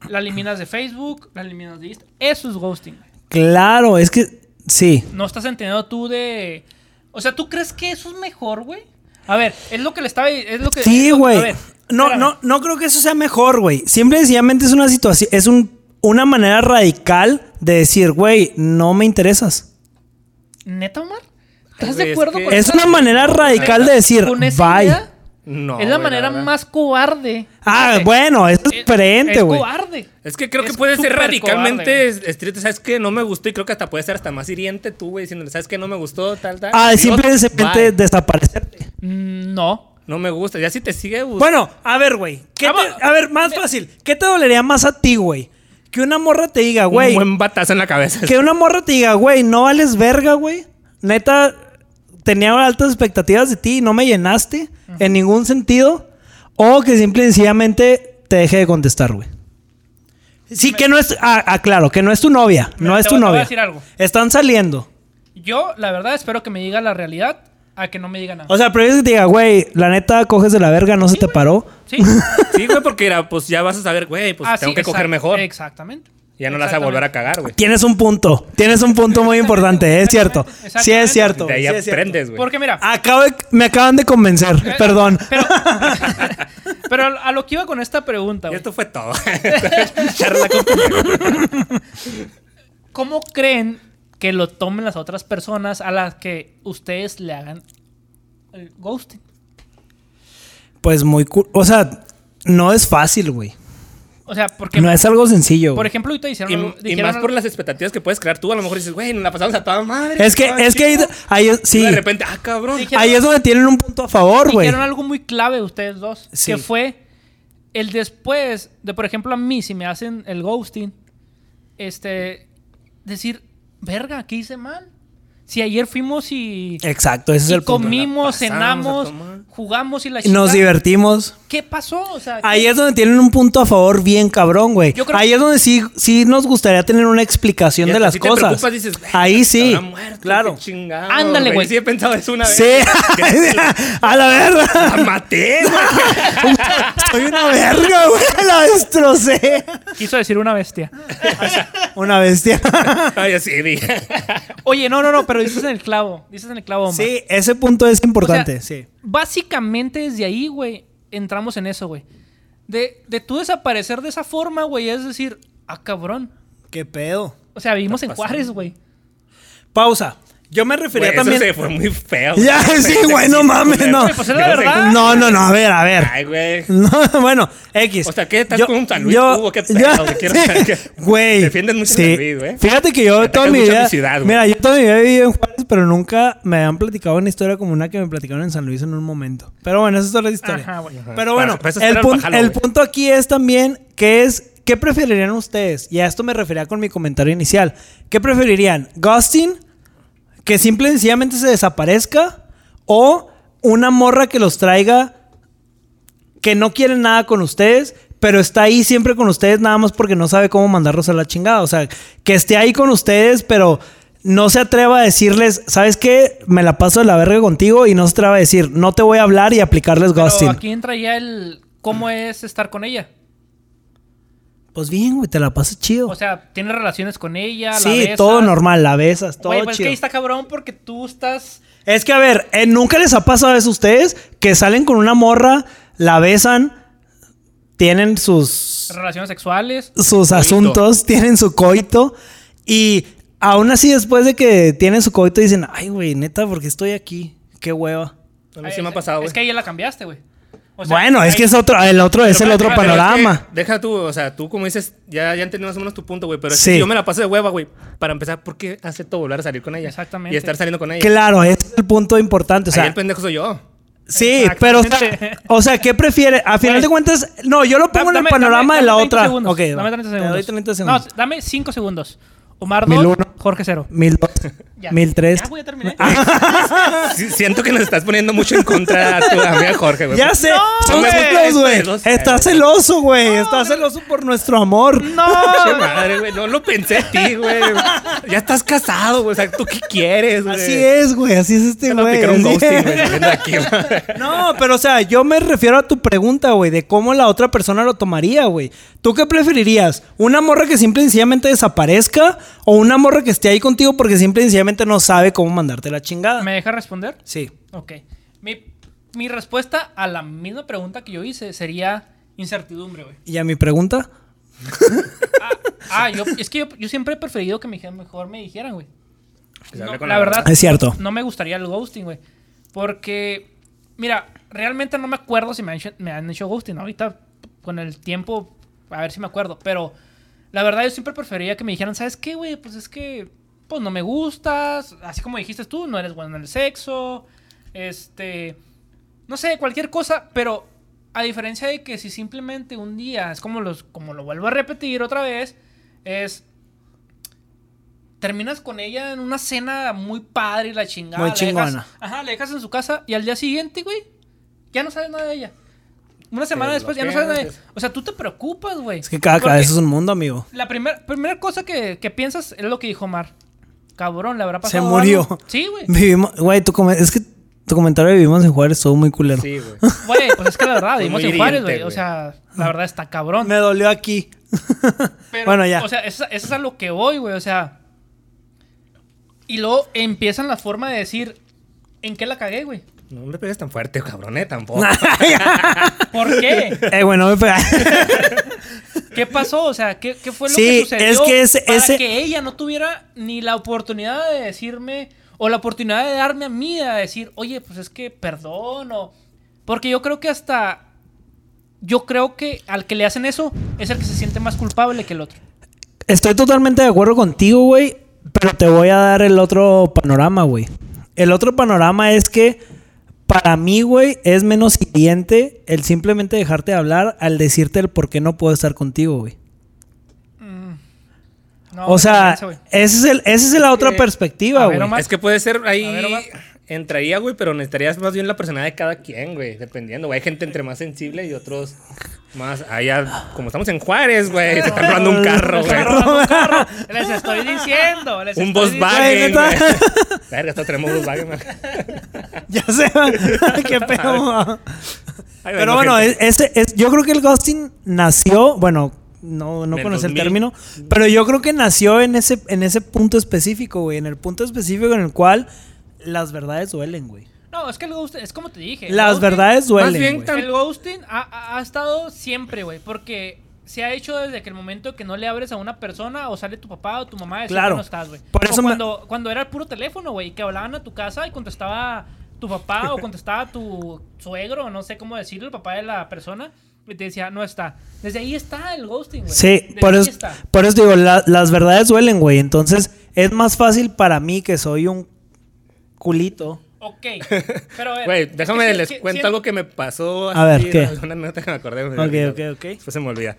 B: la eliminas de Facebook, la eliminas de Instagram. Eso es ghosting, güey.
C: Claro, es que sí.
B: No estás entendiendo tú de. O sea, ¿tú crees que eso es mejor, güey? A ver, es lo que le estaba. Es lo que,
C: Sí,
B: es lo- a
C: güey.
B: ver,
C: No,
B: espérame.
C: no, no creo que eso sea mejor, güey. Siempre sencillamente es una situación, es un, una manera radical de decir, güey, no me interesas.
B: ¿Neta, Omar?
D: Ay,
B: ¿Estás
D: güey,
B: de
D: es
B: acuerdo
D: que-
B: con
C: Es una manera radical de decir,
B: con esa
C: bye.
B: idea?
D: No.
B: es la
D: güey,
B: manera
D: verdad.
B: más cobarde.
C: Ah,
B: Fíjate,
C: bueno, eso es diferente,
B: Eh, es
C: güey.
B: cobarde.
D: Es que creo
B: Es
D: que puede ser
B: súper
D: radicalmente
B: cobarde.
D: es- estricto. ¿Sabes que No me gustó y creo que hasta puede ser hasta más hiriente tú, güey, diciéndole, ¿sabes que No me gustó, tal,
B: ¿eh?
D: tal.
C: Ah,
D: Adiós,
C: simplemente
D: bye.
C: desaparecerte.
B: Mm, No.
D: No me gusta. Ya si te sigue gustando.
C: Bueno, a ver, güey. ¿qué
B: Vamos.
C: te- A ver, más fácil. ¿Qué te dolería más a ti, güey? Que una morra te diga, güey,
D: Un buen batazo en la cabeza.
C: Que una morra te diga, güey, no vales verga, güey. Neta, tenía altas expectativas de ti y no me llenaste en ningún sentido. O que simple y sencillamente te deje de contestar, güey. Sí, que no es. Ah, ah, claro, que no es tu novia.
B: Mira,
C: no es
B: te
C: tu
B: voy- te voy a
C: novia.
B: decir algo.
C: Están saliendo.
B: Yo, la verdad, espero que me diga la realidad a que no me diga nada.
C: O sea, prefieres que te diga, güey, la neta, coges de la verga, no se te paró.
B: ¿Sí?
D: Sí, güey, porque era, pues ya vas a saber, güey, pues
B: Ah,
D: tengo
B: sí,
D: que
B: exact-
D: coger mejor.
B: Exactamente.
D: Ya no la vas a volver a
B: Exactamente.
D: cagar, güey.
C: Tienes un punto. Tienes un punto muy importante, ¿eh? es cierto.
B: Exactamente,
C: Sí, es cierto.
D: De ahí
C: güey, sí es cierto.
D: aprendes, güey.
B: Porque mira,
C: Acabo de- me acaban de convencer,
B: Eh,
C: Ah, perdón.
B: Pero, pero a lo que iba con esta pregunta,
D: Y
B: güey.
D: esto fue todo. Charla con-
B: ¿Cómo creen que lo tomen las otras personas a las que ustedes le hagan el ghosting?
C: Pues muy... cu- O sea, no es fácil, güey.
B: O sea, porque,
C: No es algo sencillo.
B: por
C: güey.
B: ejemplo, ahorita hicieron... algo-
D: Y, y
B: dijeron
D: más por
B: algo-
D: las expectativas que puedes crear tú, a lo mejor dices, güey, nos la pasamos a toda madre.
C: Es que,
D: estaba
C: es que ahí,
D: chido".
C: ahí-
D: Y
C: sí,
D: de repente, ah, cabrón.
B: Dije-
C: ahí es donde tienen un punto a favor, güey.
B: dijeron algo muy clave ustedes dos,
C: Sí.
B: que fue el después de, por ejemplo, a mí, si me hacen el ghosting, este, decir, verga, ¿qué hice mal? Si ayer fuimos y,
C: Exacto, ese es
B: y
C: el punto.
B: comimos,
D: La pasamos a
B: cenamos,
D: tomar.
B: jugamos y la
C: Nos
B: chingada.
C: divertimos.
B: ¿Qué pasó? O sea, ¿qué-
C: Ahí es donde tienen un punto a favor bien cabrón, güey.
B: Yo creo-
C: Ahí es donde sí, sí nos gustaría tener una explicación
D: Y
C: de
D: hasta
C: las
D: si te
C: cosas.
D: preocupas, dices, "Güey,
C: Ahí sí.
D: habrá muerto,
C: Claro.
D: qué chingado,
B: Ándale, güey.
D: Sí, he pensado eso una vez.
C: Sí.
D: eh".
C: a la verga.
D: La maté, güey.
C: Soy una verga, güey. La destrocé.
B: quiso decir una bestia.
C: Una bestia.
D: Ay, así dije.
B: Oye, no, no, no, pero dices en el clavo. Dices en el clavo, Omar.
C: Sí, ese punto es
B: O sea,
C: importante, sí.
B: Básicamente desde ahí, güey, entramos en eso, güey. De, de tú desaparecer de esa forma, güey, es decir, ah, cabrón.
C: ¿Qué pedo?
B: O sea, vivimos en
D: pasando?
B: Juárez, güey.
C: Pausa. Yo me refería
D: Güey,
C: también.
D: Eso se fue muy feo.
C: Ya, sí, güey, no mames, no.
B: Pues era
D: Yo sé-
B: verdad.
C: No, no, no, a ver, a ver.
D: Ay, güey.
C: No, bueno, X.
D: O sea, ¿qué? ¿Estás con un San Luis tú, o qué pedo? Te quiero saber qué-
C: Güey.
D: Defiendes mucho a San Luis, güey.
C: Fíjate que yo
D: Atacas
C: toda mi
D: mucho a
C: vida.
D: mi ciudad, güey.
C: mira, yo toda mi vida he vivido en Juárez, pero nunca me han platicado una historia como una que me platicaron en San Luis en un momento. Pero bueno, esa es otra historia.
B: Ajá, güey.
C: Pero bueno,
D: Para- para eso
C: el,
D: espera el
C: pun-
D: bajalo,
C: el
D: güey.
C: punto aquí es también que es ¿qué preferirían ustedes? Y a esto me refería con mi comentario inicial. ¿Qué preferirían? ¿Ghosting? ¿Que simple y sencillamente se desaparezca? ¿O una morra que los traiga que no quiere nada con ustedes? Pero está ahí siempre con ustedes nada más porque no sabe cómo mandarlos a la chingada. O sea, que esté ahí con ustedes, pero no se atreva a decirles, ¿sabes qué? Me la paso de la verga contigo y no se atreva a decir, no te voy a hablar y aplicarles ghosting.
B: Pero aquí entra ya el cómo es estar con ella.
C: Pues bien, güey, te la pasas chido.
B: O sea, tienes relaciones con ella, la
C: sí,
B: besas.
C: todo normal, la besas, todo
B: Güey, pues es que
C: chido.
B: ahí
C: Es que,
B: está cabrón porque tú estás...
C: a ver, eh, ¿nunca les ha pasado eso a ustedes que salen con una morra, la besan, tienen sus,
B: Relaciones sexuales.
C: sus asuntos, tienen su coito y aún así después de que tienen su coito dicen, ay, güey, neta, porque estoy aquí? Qué hueva.
D: A mí sí me ha pasado,
B: Eh,
D: güey.
B: Es que ahí ya la cambiaste, güey. O sea,
C: bueno, es que
B: ahí-
C: es otro, el otro es
B: Pero espérate,
C: el otro
B: espérate,
D: Pero es que
C: panorama.
D: deja tú, o sea, tú como dices, ya, ya entendí más o menos tu punto, güey. Pero es
C: Sí.
D: que yo me la paso de hueva, güey. Para empezar, ¿por qué acepto volver a salir con ella?
B: Exactamente.
D: Y estar saliendo con ella.
C: Claro, ese es el punto importante. O
D: Ahí
C: sea,
D: el pendejo soy yo.
C: Sí, pero o sea,
B: Exactamente.
C: o sea, ¿qué prefiere? A final
B: Güey.
C: de cuentas, no, yo lo pongo en el
B: Pues, Dame-
C: panorama
B: dame-
C: de la
B: dame 30
C: otra.
B: segundos.
C: Ok,
B: dame
C: va.
B: 30
C: Te
B: segundos.
C: doy 30 segundos.
B: No, dame 5 segundos. Omar
C: Mil
B: 2,
C: uno.
B: Jorge 0.
C: Mil dos, mil tres.
B: Ya voy a terminar.
D: Sí, siento que nos estás poniendo mucho en contra a tu amiga Jorge, güey.
C: Ya sé,
B: No,
C: son
D: güey.
C: celos, güey.
D: Esto es dos-
C: Está celoso, güey. Está celoso por nuestro amor.
D: Che
B: no.
D: madre, güey. No lo pensé en ti, güey. Ya estás casado, güey. O sea, ¿tú qué quieres, güey?
C: Así es, güey. Así es este
D: Te lo
C: güey.
D: aplicaron un
C: así
D: ghosting,
C: es.
D: güey. saliendo de aquí, güey. Pues
C: No, pero o sea, yo me refiero a tu pregunta, güey, de cómo la otra persona lo tomaría, güey. ¿Tú qué preferirías? ¿Una morra que simple y sencillamente desaparezca o una morra que esté ahí contigo porque simple y sencillamente no sabe cómo mandarte la chingada?
B: ¿Me deja responder?
C: Sí.
B: Ok. Mi, mi respuesta a la misma pregunta que yo hice sería incertidumbre, güey.
C: ¿Y a mi pregunta?
B: Ah, ah, yo, es que yo, yo siempre he preferido que me, dijeran- mejor me dijeran, güey.
D: Se habla
B: No,
D: con
B: la verdad,
C: Es cierto.
B: no me gustaría el ghosting, güey. Porque, mira, realmente no me acuerdo si me han hecho, me han hecho ghosting. Ahorita, con el tiempo, a ver si me acuerdo. Pero, la verdad, yo siempre prefería que me dijeran, ¿sabes qué, güey? Pues es que, pues no me gustas. Así como dijiste tú, no eres bueno en el sexo. Este, no sé, cualquier cosa. Pero, a diferencia de que si simplemente un día, es como, los, como lo vuelvo a repetir otra vez, es terminas con ella en una cena muy padre y la chingada.
C: Muy
B: la
C: chingona.
B: dejas- ajá, la dejas en su casa y al día siguiente, güey, ya no sabes nada de ella. Una semana
D: Te
B: después ya no sabes de-
D: bloqueas.
B: O sea, tú te preocupas, güey.
C: Es que cada
B: Porque
C: cabeza es un mundo, amigo.
B: La primer- primera cosa que, que piensas es lo que dijo Mar. Cabrón, le habrá
C: Se
B: pasado.
C: murió.
B: algo? Sí, güey.
C: Vivimos, güey, tu come- es que tu comentario de vivimos en Juárez estuvo muy culero.
D: Sí, güey.
B: Güey, pues es que la verdad, vivimos
D: muy
B: en Juárez,
D: hiriente,
B: güey. O
D: güey.
B: sea, la verdad está cabrón.
C: Me dolió aquí.
B: Pero,
C: bueno, ya.
B: O sea, eso, eso es a lo que voy, güey. O sea. Y luego empiezan la forma de decir. ¿En qué la cagué, güey?
D: No me pegues tan fuerte, cabrón, eh, tampoco.
B: ¿Por qué?
C: eh, bueno, me pega.
B: ¿Qué pasó? O sea, ¿qué, qué fue lo
C: Sí,
B: que sucedió?
C: es que ese-
B: para
C: ese-
B: que ella no tuviera ni la oportunidad de decirme. O la oportunidad de darme a mí a decir, oye, pues es que perdón. O... Porque yo creo que hasta. Yo creo que al que le hacen eso es el que se siente más culpable que el otro.
C: Estoy totalmente de acuerdo contigo, güey. Pero te voy a dar el otro panorama, güey. El otro panorama es que para mí, güey, es menos hiriente el simplemente dejarte hablar al decirte el por qué no puedo estar contigo, güey.
B: No,
C: o
B: me
C: sea,
B: convence, güey.
C: ese es el, esa es la otra
D: que-
C: perspectiva,
B: a ver,
C: güey.
B: Omar.
D: Es que puede ser ahí.
B: A ver, Omar.
D: Entraría, güey, pero necesitarías más bien la personalidad de cada quien, güey. Dependiendo, güey. Hay gente entre más sensible y otros más. Allá, como estamos en Juárez, güey. Se están robando un carro,
B: Les estoy
D: güey.
B: robando un carro. Les estoy diciendo. Les
D: Un
B: estoy
C: Güey,
D: Volkswagen, güey.
C: Pues neta.
D: Verga, hasta tenemos Volkswagen, güey.
C: Ya sé, qué pedo.
D: Ahí
C: Pero
D: vengo,
C: bueno,
D: gente.
C: es, ese- es- yo creo que el ghosting nació, bueno, no, no
D: Del
C: conoce el
D: 2000.
C: término, pero yo creo que nació en ese, en ese punto específico, güey, en el punto específico en el cual las verdades duelen, güey.
B: No, es que el ghosting, es como te dije. el
C: Las
B: ghosting-
C: verdades
D: más bien
C: duelen. güey.
D: tan-
B: El ghosting ha, ha- ha estado siempre, güey, porque se ha hecho desde que el momento que no le abres a una persona o sale tu papá o tu mamá a decir
C: Claro.
B: que no estás, güey.
C: Por
B: O
C: eso me-
B: cuando, cuando era el puro teléfono, güey, que hablaban a tu casa y contestaba tu papá o contestaba tu suegro, no sé cómo decirlo, el papá de la persona, y te decía, no está. Desde ahí está el ghosting, güey.
C: Sí,
B: Desde
C: por
B: ahí
C: eso,
B: está.
C: por eso digo, la- las verdades duelen, güey. Entonces, es más fácil para mí que soy un culito.
B: Ok, pero a ver,
D: Güey,
B: es que
D: déjame
B: sí-
D: les
B: sí-
D: cuento
B: sí-
D: algo que me pasó.
C: A ver,
D: así,
C: ¿qué?
D: Una nota que me acordé. güey.
C: Ok, ok, ok.
D: Después se me olvida.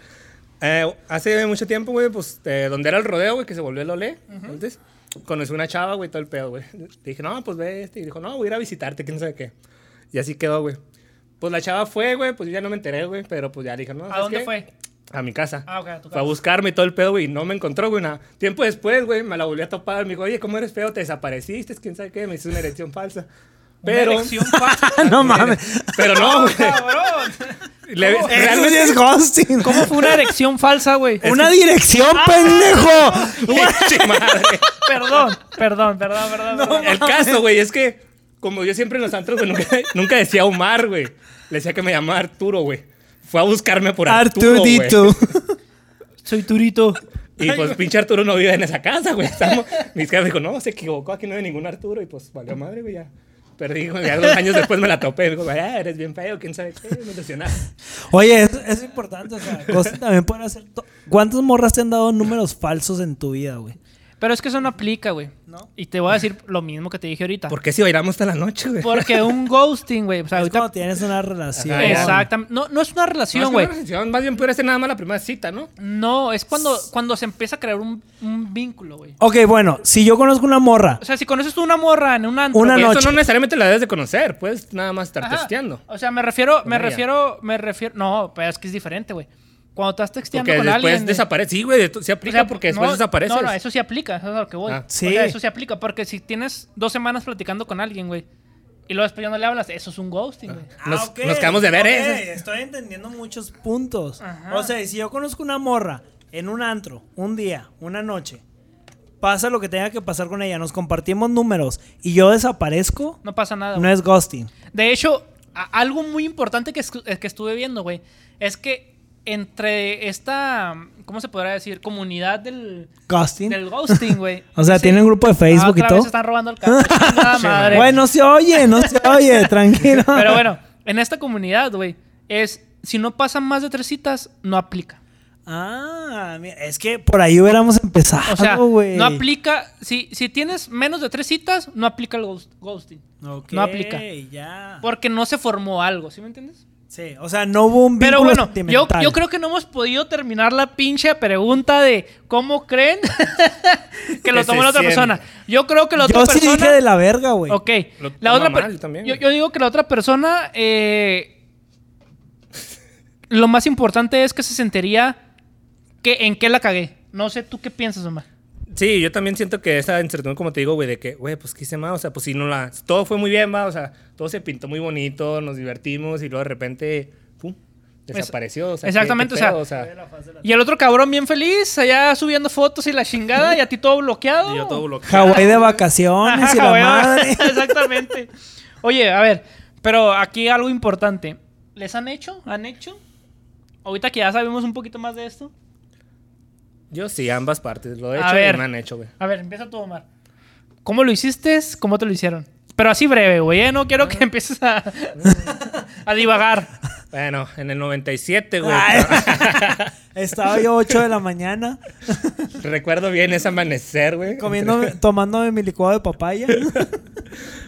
D: Eh, hace mucho tiempo, güey, pues, eh, donde era el rodeo, güey, que se volvió el olé. Entonces, conocí una chava, güey, todo el pedo, güey. Le dije, no, pues ve este. Y dijo, no, voy a ir a visitarte, quién sabe qué. Y así quedó, güey. Pues la chava fue, güey, pues yo ya no me enteré, güey, pero pues ya le dije, no.
B: ¿A
D: ¿sabes
B: dónde
D: qué?
B: fue?
D: A mi casa.
B: Ah, ok, a tu
D: Fue a
B: casa.
D: buscarme y todo el pedo, güey. y No me encontró, güey. nada. Tiempo después, güey, me la volví a topar. Me dijo, oye, ¿cómo eres feo? Te desapareciste, quién sabe qué. Me hizo una erección falsa. Pero.
B: Una elección falsa,
C: no mames.
D: Pero no, güey.
B: Ah, cabrón.
D: Le-
C: Eso sí
D: realmente
C: es ghosting. Ah.
B: ¿Cómo fue una erección falsa, güey?
C: Una dirección, pendejo.
D: Pinche madre.
B: Perdón, perdón, perdón, perdón. perdón.
D: El caso, güey, es que como yo siempre en los antros, güey, nunca, nunca decía Omar, güey. Le decía que me llamaba Arturo, güey. Fue a buscarme por Arturo, güey.
C: Artudito.
B: Soy Turito.
D: Y pues pinche Arturo no vive en esa casa, güey. Estamos... Mis caras dijo, no, se equivocó, aquí no hay ningún Arturo. Y pues valió madre, güey, ya. Perdí, güey, ya dos años después me la topé. Digo, ah, eres bien feo, quién sabe qué, me ilusionaste.
C: Oye, es, es importante, o sea, ghosting también puede hacer... to- ¿Cuántas morras te han dado números falsos en tu vida, güey?
B: Pero es que eso no aplica, güey. Y te voy a decir lo mismo que te dije ahorita.
D: ¿Por qué si bailamos hasta la noche, güey?
B: Porque un ghosting, güey. O sea,
C: Es
B: ahorita.
C: cuando tienes una relación.
D: Ajá, ya.
B: Exactamente. No, Ah, no es una
D: No,
B: relación,
D: es una
B: güey.
D: relación, Más bien pudiera ser nada más la primera cita, ¿no?
B: No, es cuando, cuando se empieza a crear un, un vínculo, güey.
C: Ok, bueno, si yo conozco una morra,
B: O sea, si conoces tú una morra en un antro,
C: Una
B: güey,
D: Y
C: noche.
D: eso no necesariamente la debes de conocer, puedes nada más estar
B: Ajá.
D: testeando.
B: O sea, me refiero, me
D: ella.
B: refiero, me refiero. No, pero es que es diferente, güey. Cuando estás texteando
D: Porque
B: con
D: después
B: alguien. güey,
D: desaparece. Sí, güey, de- se
B: o
D: aplica
B: sea,
D: porque después
B: no,
D: desapareces.
B: No, no, eso sí aplica, eso es a lo que voy.
D: Ah.
B: O
C: Sí.
B: sea, eso sí aplica, porque si tienes dos semanas platicando con alguien, güey, y luego después ya no le hablas, eso es un ghosting, güey.
D: Nos- nos quedamos de ver,
C: Ah, ok,
D: ¿eh?
C: Estoy entendiendo muchos puntos.
B: Ajá.
C: O sea, si yo conozco una morra en un antro, un día, una noche, pasa lo que tenga que pasar con ella, nos compartimos números y yo desaparezco,
B: No pasa nada.
C: no
B: güey.
C: es ghosting.
B: De hecho, a- algo muy importante que, escu- eh, que estuve viendo, güey, es que entre esta, ¿cómo se podrá decir? Comunidad del,
C: Ghosting.
B: del ghosting, güey.
C: O sea,
B: Sí.
C: tienen grupo de
B: Ah,
C: Facebook
B: otra
C: y todo.
B: vez están robando el carro. Chingada madre.
C: Güey, no se oye, no se oye, tranquilo.
B: Pero bueno, en esta comunidad, güey, es si no pasan más de tres citas, no aplica.
C: Ah, mira, es que por ahí hubiéramos empezado,
B: O sea,
C: güey.
B: no aplica. Si, si tienes menos de tres citas, no aplica el ghost- ghosting.
C: Ok,
B: no aplica.
C: ya.
B: Porque no se formó algo, ¿sí me entiendes?
C: Sí, o sea, no hubo un
B: Pero
C: vínculo
B: bueno, yo,
C: sentimental.
B: yo creo que no hemos podido terminar la pinche pregunta de cómo creen que lo
D: Que
B: tomó
D: se
B: la otra
D: siente.
B: persona. Yo creo que la otra
C: Yo sí
B: persona.
C: dije de la verga, güey.
B: Ok.
D: Lo
B: La
D: toma
B: otra per-
D: mal también,
B: yo,
D: güey.
B: yo digo que la otra persona eh, Lo más importante es que se sentiría que en qué la cagué. No sé tú qué piensas, Omar.
D: Sí, yo también siento que esa incertidumbre, como te digo, güey, de que, güey, pues qué hice más, o sea, pues sí, no la. Todo fue muy bien, va, o sea, todo se pintó muy bonito, nos divertimos y luego de repente, pum, desapareció. O sea, ¿qué-
B: exactamente,
D: qué
B: o sea,
D: pedo? sea,
B: Y el otro cabrón bien feliz, allá subiendo fotos y la chingada, y a ti todo bloqueado.
D: y yo todo bloqueado.
C: Hawái de vacaciones
B: Ajá,
C: y la
B: güey,
C: madre.
B: Exactamente. Oye, a ver, pero aquí algo importante. ¿Les han hecho? ¿Han hecho? Ahorita que ya sabemos un poquito más de esto.
D: Yo sí, ambas partes, lo he
B: A
D: hecho
B: ver.
D: y me han hecho, güey.
B: A ver, empieza tú, Omar. ¿Cómo lo hiciste? ¿Cómo te lo hicieron? Pero así breve, güey. ¿eh? No quiero que empieces a, a divagar.
D: Bueno, en el 97, güey.
C: Ay. Estaba yo 8 de la mañana
D: Recuerdo bien ese amanecer, güey.
C: comiéndome, tomándome mi licuado de papaya.
D: Ah,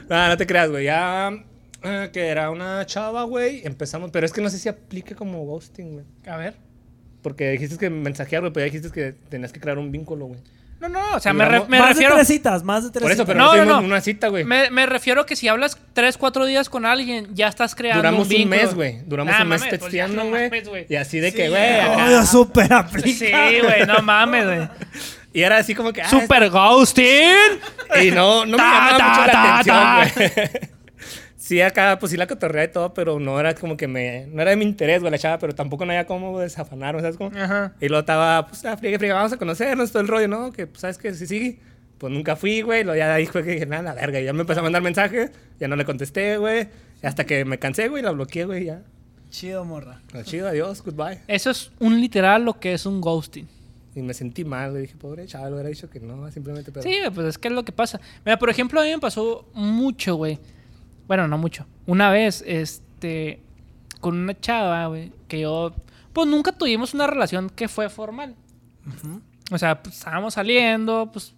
D: No, no te creas, güey. Ya eh, que era una chava, güey. Empezamos, pero es que no sé si aplique como ghosting, güey.
B: A ver.
D: Porque dijiste que mensajear, güey, pero ya dijiste que tenías que crear un vínculo, güey.
B: No, no, o sea, me, re-
D: Duramos-
B: me
C: más
B: refiero...
C: de tres citas, más de tres
D: Por eso,
C: citas.
D: pero no,
B: No, no,
D: tuvimos
B: no.
D: una cita, güey.
B: Me, me refiero que si hablas 3, 4 días con alguien, ya estás creando
D: Duramos un,
B: vínculo.
D: mes, güey. Duramos
B: Nah,
D: un mes
B: mames, pues ya
D: texteando,
B: no
D: güey.
B: mames, güey.
D: y así de que, güey. acá.
C: Oh, Dios, súper
B: Sí,
C: aplica.
B: güey, no mames, güey.
D: Y era así como que. ah,
B: Super ghosting.
D: Y no, no me
B: Ta,
D: llamaba
B: ta,
D: mucho
B: ta,
D: la atención, güey. Sí, acá, pues sí la cotorrea y todo, pero no era como que me... No era de mi interés, güey, la chava, pero tampoco no había cómo desafanarme, ¿sabes cómo?
B: Ajá.
D: Y luego estaba, pues, ah, friegue, friegue, vamos a conocernos, todo el rollo, ¿no? Que, pues, ¿sabes qué? Sí, sí. Pues nunca fui, güey. Luego ya ahí fue que dije, nada, la verga. Y ya me empezó a mandar mensajes, ya no le contesté, güey. Y Hasta que me cansé, güey, la bloqueé, güey, ya.
C: Chido, morra.
D: Lo chido, adiós, goodbye.
B: Eso es un literal lo que es un ghosting.
D: Y me sentí mal, le dije, pobre chaval, hubiera dicho que no, simplemente, pero...
B: Sí, güey, pues es que es lo que pasa. Mira, por ejemplo, a mí me pasó mucho, güey. Bueno, no mucho. Una vez, este, con una chava, güey, que yo, pues nunca tuvimos una relación que fue formal. O sea, pues, estábamos saliendo, pues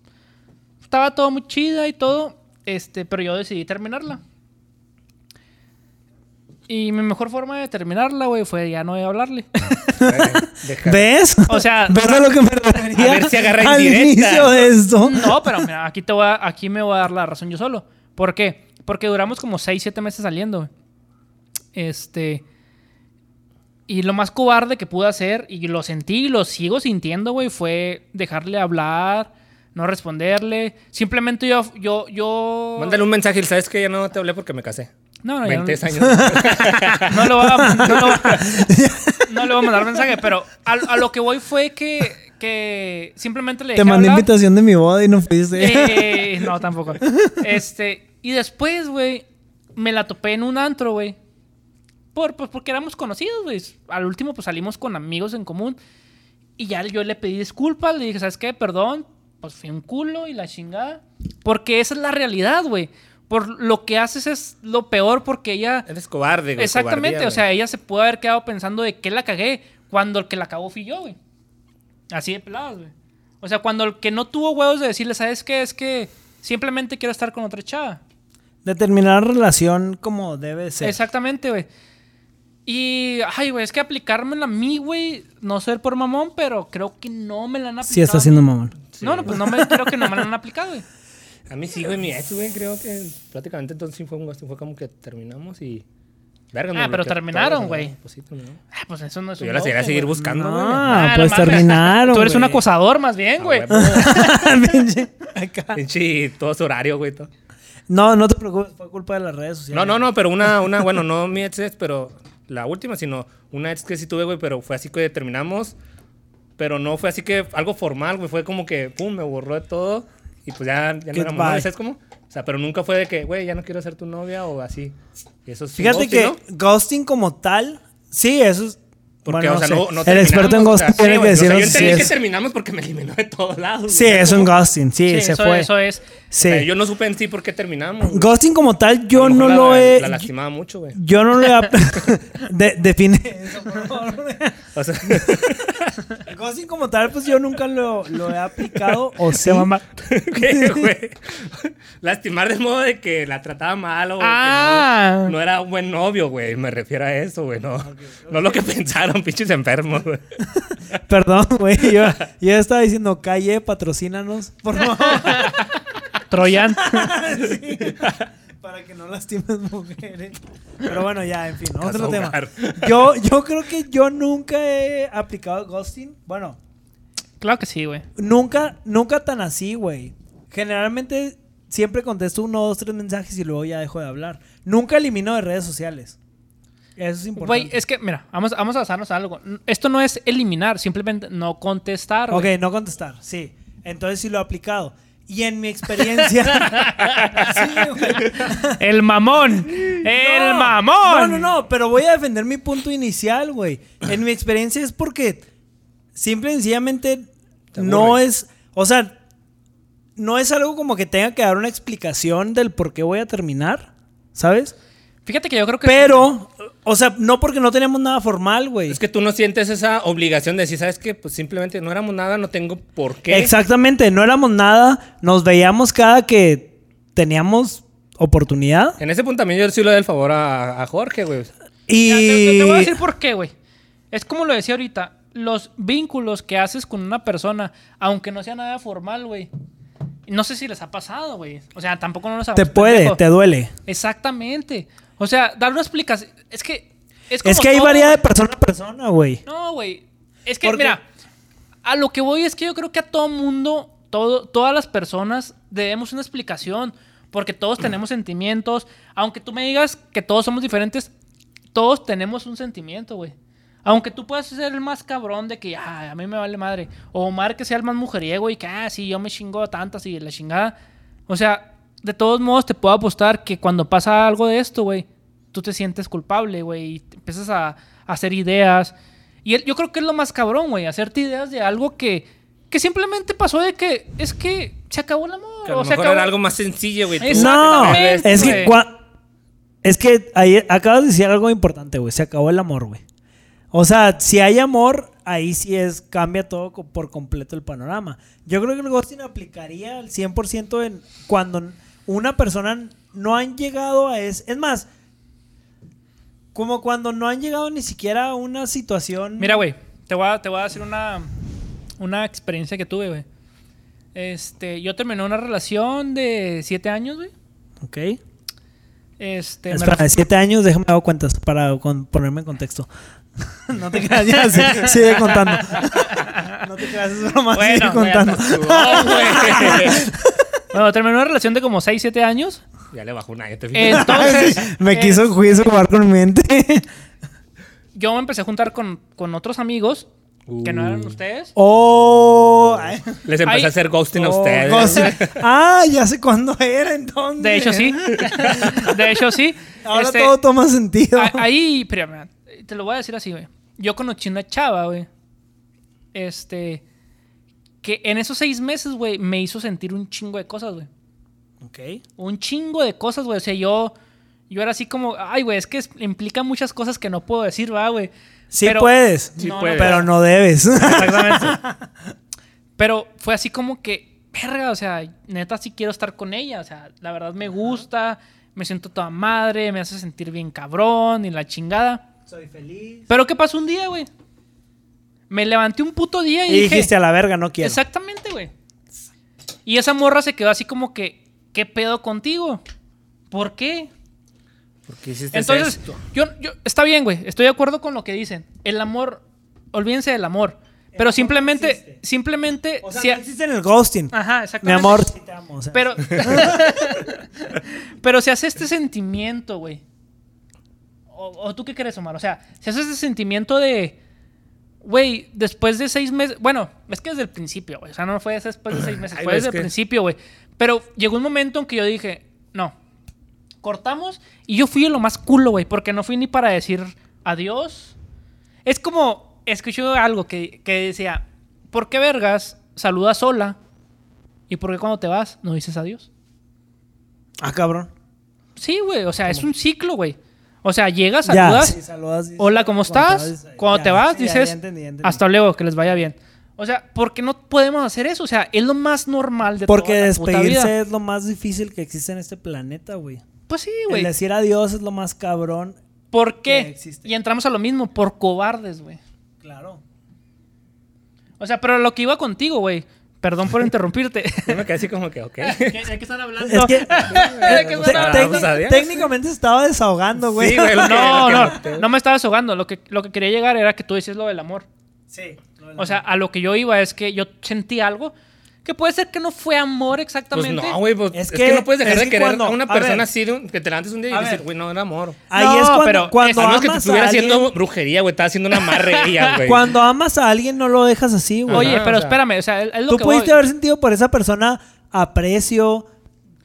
B: estaba todo muy chida y todo, este, pero yo decidí terminarla. Y mi mejor forma de terminarla, güey, fue ya no hablarle.
D: Deja-
C: ¿Ves?
B: O sea,
C: ¿Ves a lo que me refería?
D: A ver si agarra
C: al
D: indirecta.
C: inicio de esto.
B: No, pero mira, aquí, te voy a- aquí me voy a dar la razón yo solo. ¿Por qué? Porque duramos como 6, 7 meses saliendo. güey. Este. Y lo más cobarde que pude hacer, y lo sentí y lo sigo sintiendo, güey, fue dejarle hablar, no responderle. Simplemente yo. yo, yo...
D: Mándale un mensaje, ¿sabes que Ya no te hablé porque me casé.
B: No, no, yo no-
D: 20 años.
B: No lo va a, no lo va- no le voy a mandar mensaje, pero a, a lo que voy fue que, que simplemente le
C: Te
B: dejé
C: mandé
B: hablar.
C: invitación de mi boda y no fuiste.
B: Eh, no, tampoco. Este, y después, güey, me la topé en un antro, güey. Por, pues porque éramos conocidos, güey. Al último, pues salimos con amigos en común. Y ya yo le pedí disculpas, le dije, ¿sabes qué? Perdón, pues fui un culo y la chingada. Porque esa es la realidad, güey. Por lo que haces es lo peor porque ella...
D: Eres cobarde, güey.
B: Exactamente,
D: cobardía,
B: o sea, ella se pudo haber quedado pensando de que la cagué cuando el que la cagó fui yo, güey. Así de peladas, güey. O sea, cuando el que no tuvo huevos de decirle, ¿sabes qué? Es que simplemente quiero estar con otra chava.
C: Determinar relación como debe ser.
B: Exactamente, güey. Y, ay, güey, es que aplicármela a mí, güey, no ser por mamón, pero creo que no me la han aplicado.
C: Sí, está siendo mamón.
B: No, no, pues no me creo que no me la han aplicado, güey.
D: güey. A mí sí, güey, mi ex, güey, creo que prácticamente entonces sí fue un gasto. Fue como que terminamos y. Verga, me
B: Ah, pero
D: bloqueó
B: terminaron,
D: todo,
B: güey.
D: Pues sí, terminó.
B: Ah, pues eso no es
D: Yo
B: un
D: la seguiré a
B: ghosting,
D: seguir
B: güey.
D: buscando, güey.
C: Ah,
B: Ah,
C: pues
B: la madre.
C: terminaron.
B: Tú eres un
C: güey.
B: acosador, más bien,
D: Ah,
B: güey.
C: Pinche, acá.
D: Pinche, todo su horario, güey. todo.
C: No, no te preocupes, fue culpa de las redes sociales.
D: No, no, no, pero una, una, bueno, no mi ex, ex, pero la última, sino una ex que sí tuve, güey, pero fue así que terminamos. Pero no fue así que algo formal, güey. Fue como que, pum, me borró de todo. Y pues ya, ya no éramos
C: Goodbye.
D: novios, ¿sabes cómo? O sea, pero nunca fue de que, güey, ya no quiero ser tu novia o así. Eso es un
C: Fíjate
D: ghosting,
C: que
D: ¿no?
C: ghosting como tal, sí, eso es.
D: Porque,
C: bueno,
D: o sea,
C: sé.
D: no, no
C: El experto en
D: terminamos, o
C: ghosting
D: sea,
C: tiene
D: sí,
C: que
D: güey,
C: decirnos
D: O sea, yo
C: si
D: entendí
C: es.
D: que terminamos porque me eliminó de todos lados.
C: Sí,
D: güey.
C: es un ghosting, sí,
B: Sí,
C: se
B: eso,
C: fue.
B: eso es.
C: Sí.
D: O sea, yo no supe en sí por qué terminamos. güey.
C: Ghosting como tal,
D: A
C: yo
D: mejor
C: no
D: la-
C: lo he.
D: La lastimaba mucho, güey.
C: yo no lo he. ap- De- define eso, por favor.
D: O sea,
C: Ghosting como tal, pues yo nunca lo, lo he aplicado. O sí.
D: ¿qué, güey? Lastimar del modo de que la trataba mal o que no-
B: Ah.
D: no, era un buen novio, güey. Me refiero a eso, güey. No, no lo que pensaron, pinches enfermos, güey.
C: Perdón, güey. Yo, yo estaba diciendo, calle, patrocínanos. Por favor.
B: Troyan.
C: Para que no lastimes mujeres. Pero bueno, ya, en fin, otro tema.
D: Casogar.
C: Yo, yo creo que yo nunca he aplicado ghosting. Bueno,
B: Claro que sí, güey.
C: nunca, nunca tan así, güey. Generalmente siempre contesto uno, dos, tres mensajes y luego ya dejo de hablar. Nunca elimino de redes sociales. Eso es importante.
B: Güey, es que, mira, vamos, vamos a basarnos en algo. N- Esto no es eliminar, simplemente no contestar.
C: Ok,
B: güey.
C: no contestar, sí. Entonces sí lo he aplicado. Y en mi experiencia. sí, güey.
B: El mamón. El
C: No,
B: mamón.
C: No, no, no, pero voy a defender mi punto inicial, güey. En mi experiencia es porque simple y sencillamente
D: Te
C: no
D: aburre.
C: es. O sea, no es algo como que tenga que dar una explicación del por qué voy a terminar, ¿sabes?
B: Fíjate que yo creo que.
C: Pero, o sea, no porque no tenemos nada formal, güey.
D: Es que tú no sientes esa obligación de decir, ¿sabes qué? Pues simplemente no éramos nada, no tengo por qué.
C: Exactamente, no éramos nada, nos veíamos cada que teníamos oportunidad.
D: En ese punto también yo sí le doy el favor a, a Jorge, güey.
C: Y
B: Ya, te, te- te voy a decir por qué, güey. Es como lo decía ahorita. Los vínculos que haces con una persona, aunque no sea nada formal, güey. No sé si les ha pasado, güey. O sea, tampoco no nos
C: te
B: hagamos
C: puede,
B: pendejos.
C: te duele.
B: Exactamente. O sea, dar una explicación. Es que. Es,
C: Es
B: como
C: que ahí
B: todo,
C: varía de
B: güey.
C: persona a persona, güey.
B: No, güey. Es que,
C: Porque-
B: mira, a lo que voy es que yo creo que a todo mundo, todo, todas las personas, debemos una explicación. Porque todos tenemos sentimientos. Aunque tú me digas que todos somos diferentes, todos tenemos un sentimiento, güey. Aunque tú puedas ser el más cabrón de que, ah, a mí me vale madre. O Omar que sea el más mujeriego y que, ah, sí, yo me chingo a tantas y la chingada. O sea, de todos modos te puedo apostar que cuando pasa algo de esto, güey, tú te sientes culpable, güey, y te empiezas a, a hacer ideas. Y el- yo creo que es lo más cabrón, güey, hacerte ideas de algo que, que simplemente pasó de que, es que se acabó el amor.
D: Que a lo
B: o se
D: mejor
B: acabó-
D: era algo más sencillo, güey. Tú-
C: No,
B: Exactamente,
C: es que,
B: güey.
C: cua- es que ahí acabas de decir algo importante, güey. Se acabó el amor, güey. O sea, si hay amor, ahí sí es, cambia todo co- por completo el panorama. Yo creo que el ghosting aplicaría al 100% en cuando una persona no han llegado a es. Es más, como cuando no han llegado ni siquiera a una situación.
B: Mira, güey, te voy a, te voy a decir una, una experiencia que tuve, güey. Este, yo terminé una relación de siete años, güey.
C: Ok.
B: Este, me
C: Espera,
B: la-
C: de siete años, déjame hago cuentas para con- ponerme en contexto. no te creas, ya, sí, sigue contando. no te creas, es broma, sigue
B: Bueno,
C: contando.
D: No, güey.
B: bueno, terminé una relación de como seis, siete años.
D: "Ah, ya le bajó un año, te fijas.
B: Entonces,
C: Me
B: eh,
C: quiso juicio jugar con mi mente.
B: Yo me empecé a juntar con, con otros amigos que no eran
D: Uh.
B: ustedes.
C: oh, ay,
D: Les empecé
B: Ay.
D: a hacer ghosting a
C: oh,
D: ustedes.
C: cosa. Ah, ya sé cuándo era entonces.
B: De hecho, sí. De hecho, sí.
C: Ahora
B: Este,
C: todo toma sentido.
B: a- Ahí, pero, mira, te lo voy a decir así, güey. Yo conocí una chava, güey. Este. Que en esos seis meses, güey, me hizo sentir un chingo de cosas, güey.
C: Ok.
B: un chingo de cosas, güey. O sea, yo, yo era así como, ay, güey, es que es- implica muchas cosas que no puedo decir, va, güey.
C: Sí
B: Pero-
C: puedes,
D: Sí
B: No, no,
D: puedes.
C: pero no debes.
B: Exactamente. Pero fue así como que, verga, o sea, neta sí quiero estar con ella. O sea, la verdad me gusta, me siento toda madre, me hace sentir bien cabrón y la chingada.
C: Soy feliz.
B: Pero ¿qué pasó un día, güey? Me levanté un puto día y,
C: Y
B: dije,
C: dijiste a la verga, no quiero.
B: Exactamente, güey. Y esa morra se quedó así como que, ¿qué pedo contigo? ¿Por qué?
D: ¿Por qué hiciste
B: Entonces,
D: esto?
B: yo, yo, está bien, güey. Estoy de acuerdo con lo que dicen. El amor, olvídense del amor. Pero
C: amor no
B: simplemente,
C: existe.
B: simplemente.
C: O sea,
B: si-
C: no existe en el ghosting.
B: Ajá,
C: mi
B: exactamente.
C: amor, sí te amo, o sea.
B: Pero, pero se hace este sentimiento, güey. O, o tú qué crees, Omar? O sea, se hace este sentimiento de. Güey, después de seis meses. Bueno, es que desde el principio, güey. O sea, no fue después de seis meses,
D: Ay,
B: fue
D: güey,
B: desde
D: es
B: el
D: que-
B: principio, güey. Pero llegó un momento en que yo dije, no. Cortamos y yo fui lo más culo, güey. Porque no fui ni para decir adiós. Es como. Escuché algo que, que decía: ¿Por qué vergas saludas sola? ¿Y por qué cuando te vas no dices adiós?
C: Ah, cabrón.
B: Sí, güey. O sea, es un ciclo, güey. O sea, llegas,
C: Ya,
B: saludas.
C: sí, saludas, sí,
B: Hola, ¿cómo
C: cuando te
B: estás?
C: vas,
B: Cuando
C: ya,
B: te vas,
C: sí, ya,
B: dices
C: ya entendí, ya entendí.
B: hasta luego, que les vaya bien. O sea, ¿por qué no podemos hacer eso? O sea, es lo más normal de
C: Porque
B: toda la puta
C: despedirse
B: vida.
C: es lo más difícil que existe en este planeta, güey.
B: Pues sí,
C: El
B: güey.
C: decir adiós es lo más cabrón.
B: ¿Por
C: que
B: qué?
C: existe.
B: Y entramos a lo mismo, por cobardes, güey.
C: Claro.
B: O sea, pero lo que iba contigo, güey. Perdón por interrumpirte.
D: Yo me quedé así como que, ok.
B: ¿De qué de qué están hablando?
C: Es que-
B: ¿De qué
D: Te-
B: están
D: Ah,
B: hablando?
C: Técnic-
D: pues, adiós.
C: técnicamente se estaba desahogando, güey.
D: Sí, güey. lo que-
B: No,
D: lo
B: no,
D: que-
B: no me estabas ahogando. Lo que, lo que quería llegar era que tú decías lo del amor.
C: Sí.
B: O sea, a lo que yo iba es que yo sentí algo que puede ser que no fue amor
D: Pues
B: exactamente.
D: no, güey. pues,
C: Es
D: es,
C: que-
D: que, no puedes dejar
C: es
D: de
C: que
D: querer
C: cuando-
D: a una
C: a
D: persona
C: ver.
D: así, de un- que te levantes un día
C: A
D: y decir,
C: ver.
D: güey, no era amor.
C: ahí
B: No,
C: es cuando,
B: pero
C: cuando
D: a menos
C: amas
D: que te
C: a
D: estuviera
C: alguien,
D: haciendo brujería, güey. Estaba haciendo una amarrería, güey.
C: cuando amas a alguien no lo dejas así, güey.
B: Oye,
D: Ajá,
B: pero
D: pues o sea,
B: espérame, o sea, es es lo
C: Tú
B: que
C: pudiste
B: voy.
C: haber sentido por esa persona aprecio,